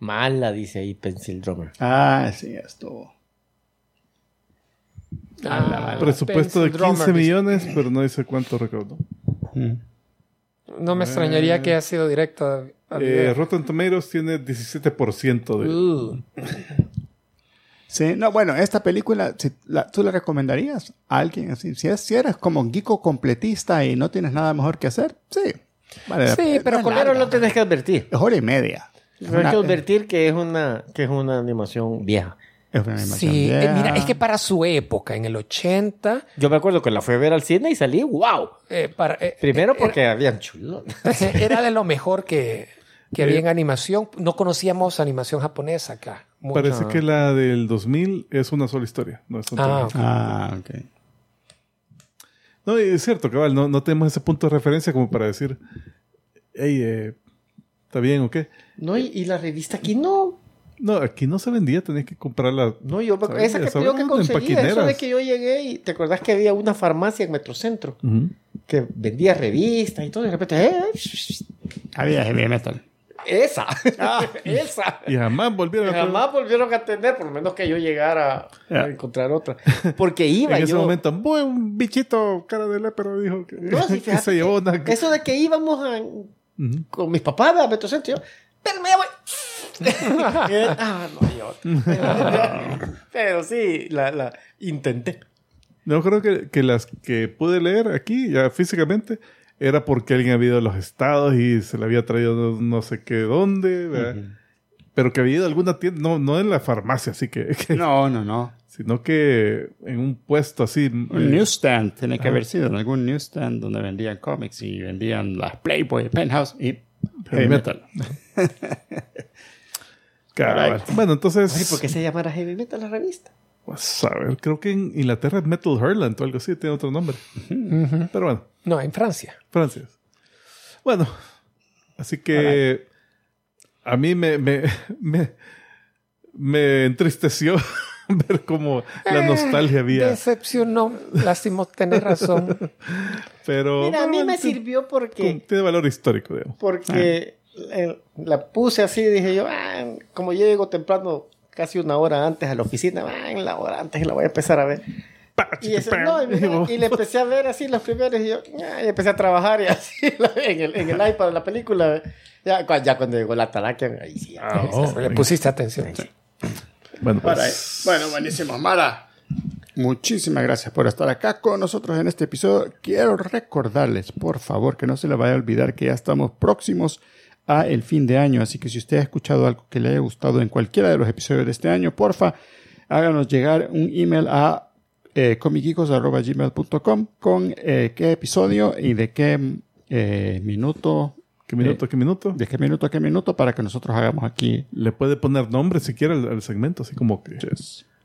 Mala, dice ahí Pencil Drummer. Ah, sí, estuvo. Ah, Presupuesto de Pencil 15 Drummer, dice. millones, pero no dice cuánto recaudó. No me extrañaría que haya sido directo. al Eh, video. Rotten Tomatoes tiene 17% de... Ah, Uh, Sí, no, bueno, esta película, si la- ¿tú la recomendarías a alguien? así? Si, es, si eres como geeko completista y no tienes nada mejor que hacer, sí. Vale, la- Sí, eh, es pero más con larga, Pero no tenés que advertir. Es hora y media. Es No hay una- que advertir que es una, que es una animación vieja. es una animación sí, eh, mira, vieja. es que para su época, en el 80, Yo me acuerdo que la fui a ver al cine y salí, wow. eh, para, eh, Primero porque habían chulos. era de lo mejor que, que Eh. había en animación. No conocíamos animación japonesa acá. Mucho. Parece que la del 2000 es una sola historia. No, es un Ah, tema. ok. Ah, ok. No, y es cierto, cabal, no, no tenemos ese punto de referencia como para decir, hey, eh, ¿está bien o qué? No, y, y la revista aquí no. No, aquí no se vendía, tenías que comprarla. No, yo me acu- Sabía, esa que te sabía, digo que en conseguí, eso de paquineras. que yo llegué y te acordás que había una farmacia en Metrocentro Ujú. que vendía revistas y todo, y de repente, eh, shh, shh, Había heavy metal. esa, ah, esa. Y jamás volvieron a Jamás volvieron a atender, por lo menos que yo llegara Ya. a encontrar otra. Porque iba En ese yo. momento, buen bichito, cara de lépero, dijo que, No, sí, ah, que fíjate se llevó una. Eso de que íbamos a- Ujú. con mis papás a Metrocentro, yo, pero me voy. Eh, ah, no, yo. pero sí, la, la intenté. No creo que, que las que pude leer aquí, ya físicamente, era porque alguien había ido a los estados y se la había traído no, no sé qué dónde, ¿verdad? Pero que había ido a alguna tienda, no, no en la farmacia, así que, que- No, no, no. sino que en un puesto así. eh, Un newsstand tiene que haber sido en algún newsstand donde vendían cómics y vendían las Playboy, Penthouse y heavy metal. cabal. Bueno, entonces. Ay, ¿por qué se llamará Heavy Metal la revista? Pues, a ver, creo que en Inglaterra es Metal Hurland o algo así, tiene otro nombre. Pero bueno, No, en Francia. Francia. Bueno, así que a mí me, me, me, me entristeció ver cómo Ah, la nostalgia había. Decepcionó. Lástima tener razón. Pero Mira, a mí bueno, me tiene- sirvió porque, Tiene valor histórico, digamos. porque eh, la puse así y dije yo, "Ah, como yo llego temprano casi una hora antes a la oficina, ah, en la hora antes la voy a empezar a ver. Y, ese- no, y mira, y le empecé a ver así los primeros y yo ah, y empecé a trabajar y así la- en, el, en el iPad la película. Ya, cu- ya cuando llegó la talaquia, ahí sí. ya. Le pusiste atención. Bueno, pues, Bueno, buenísimo, Mara. Muchísimas gracias por estar acá con nosotros en este episodio. Quiero recordarles, por favor, que no se les vaya a olvidar que ya estamos próximos a el fin de año. Así que si usted ha escuchado algo que le haya gustado en cualquiera de los episodios de este año, porfa, háganos llegar un email a eh, comicgeekos@gmail.com con eh, qué episodio y de qué eh, minuto, ¿qué minuto, qué minuto? de qué minuto a qué minuto para que nosotros hagamos aquí Le puede poner nombre si quiere al, al segmento, así como que.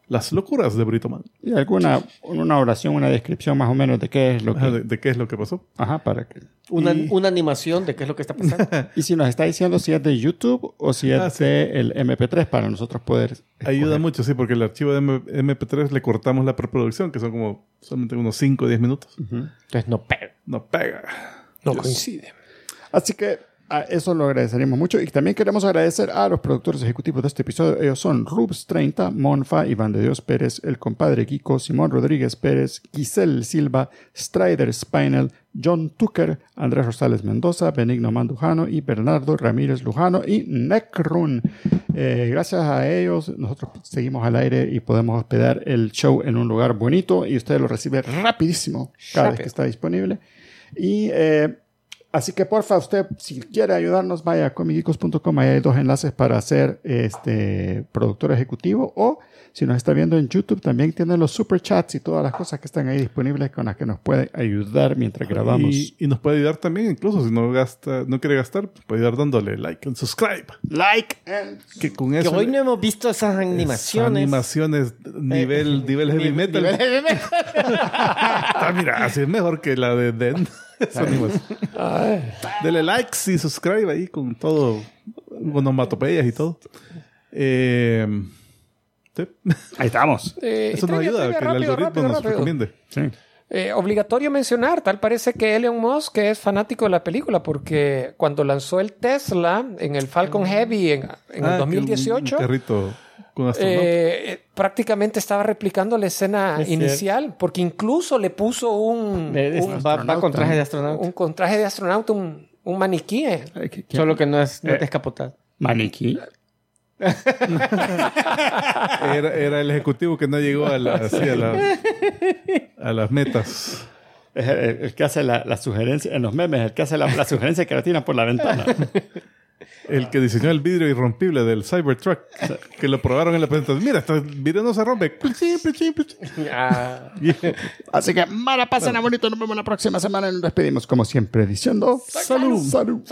Las locuras de Brito Man. Y alguna una oración, una descripción más o menos de qué es lo Ajá, que... De, de qué es lo que pasó. Ajá, para que... Una, una animación de qué es lo que está pasando. Y si nos está diciendo si es de YouTube o si es Ah, sí. de el MP3 para nosotros poder... escoger. Ayuda mucho, sí, porque el archivo de M- MP3 le cortamos la preproducción, que son como solamente unos 5 o 10 minutos. Entonces no pega. No pega. No coincide. Así que a eso lo agradeceríamos mucho. Y también queremos agradecer a los productores ejecutivos de este episodio. Ellos son Rubs30, Monfa, Iván de Dios Pérez, El Compadre Kiko, Simón Rodríguez Pérez, Giselle Silva, Strider Spinal, John Tucker, Andrés Rosales Mendoza, Benigno Mandujano y Bernardo Ramírez Lujano y Necrun. Eh, gracias a ellos, nosotros seguimos al aire y podemos hospedar el show en un lugar bonito y usted lo recibe rapidísimo cada vez que Rápido. está disponible. Y eh, Así que porfa, usted, si quiere ayudarnos, vaya a comicgeekos.com. Ahí hay dos enlaces para ser este, productor ejecutivo. O si nos está viendo en YouTube, también tiene los super chats y todas las cosas que están ahí disponibles con las que nos puede ayudar mientras grabamos. Y, y nos puede ayudar también, incluso si no gasta, no quiere gastar, pues, puede ayudar dándole like and subscribe. Like. Que con Que eso hoy no hemos visto esas animaciones. animaciones nivel, nivel heavy metal. Nivel heavy metal. Ah, mira, así es mejor que la de Den. Esa animación. Ah, Dele likes y subscribe ahí con todo, onomatopeyas y todo. Eh, sí. Ahí estamos. Eh, y Eso nos trivia, ayuda a que trivia, el rápido, algoritmo Eh, rápido, nos rápido. recomiende. Sí. Eh, obligatorio mencionar, tal parece que Elon Musk es fanático de la película porque cuando lanzó el Tesla en el Ah. Falcon Heavy en, en Ah, el que un- 2018, Un carrito con astronauta. eh, eh, prácticamente estaba replicando la escena Es cierto. inicial porque incluso le puso un, Eh, es- un, va, va con traje de astronauta. un contraje de astronauta, un, un maniquí. eh. Solo que no es no Eh. te escapotado. Maniquí. Era, era el ejecutivo que no llegó a, la- sí, a, la- a las metas. Es el, el que hace la, la sugerencia, en los memes, el que hace la, la sugerencia que la tiran por la ventana. El que diseñó el vidrio irrompible del Cybertruck. Que lo probaron en la presentación. Mira, este vidrio no se rompe. Pichín, pichín, pichín. Ah, Así que, mala, pasen a bonito. Nos vemos la próxima semana y nos despedimos, como siempre, diciendo... ¡Salud! ¡Salud!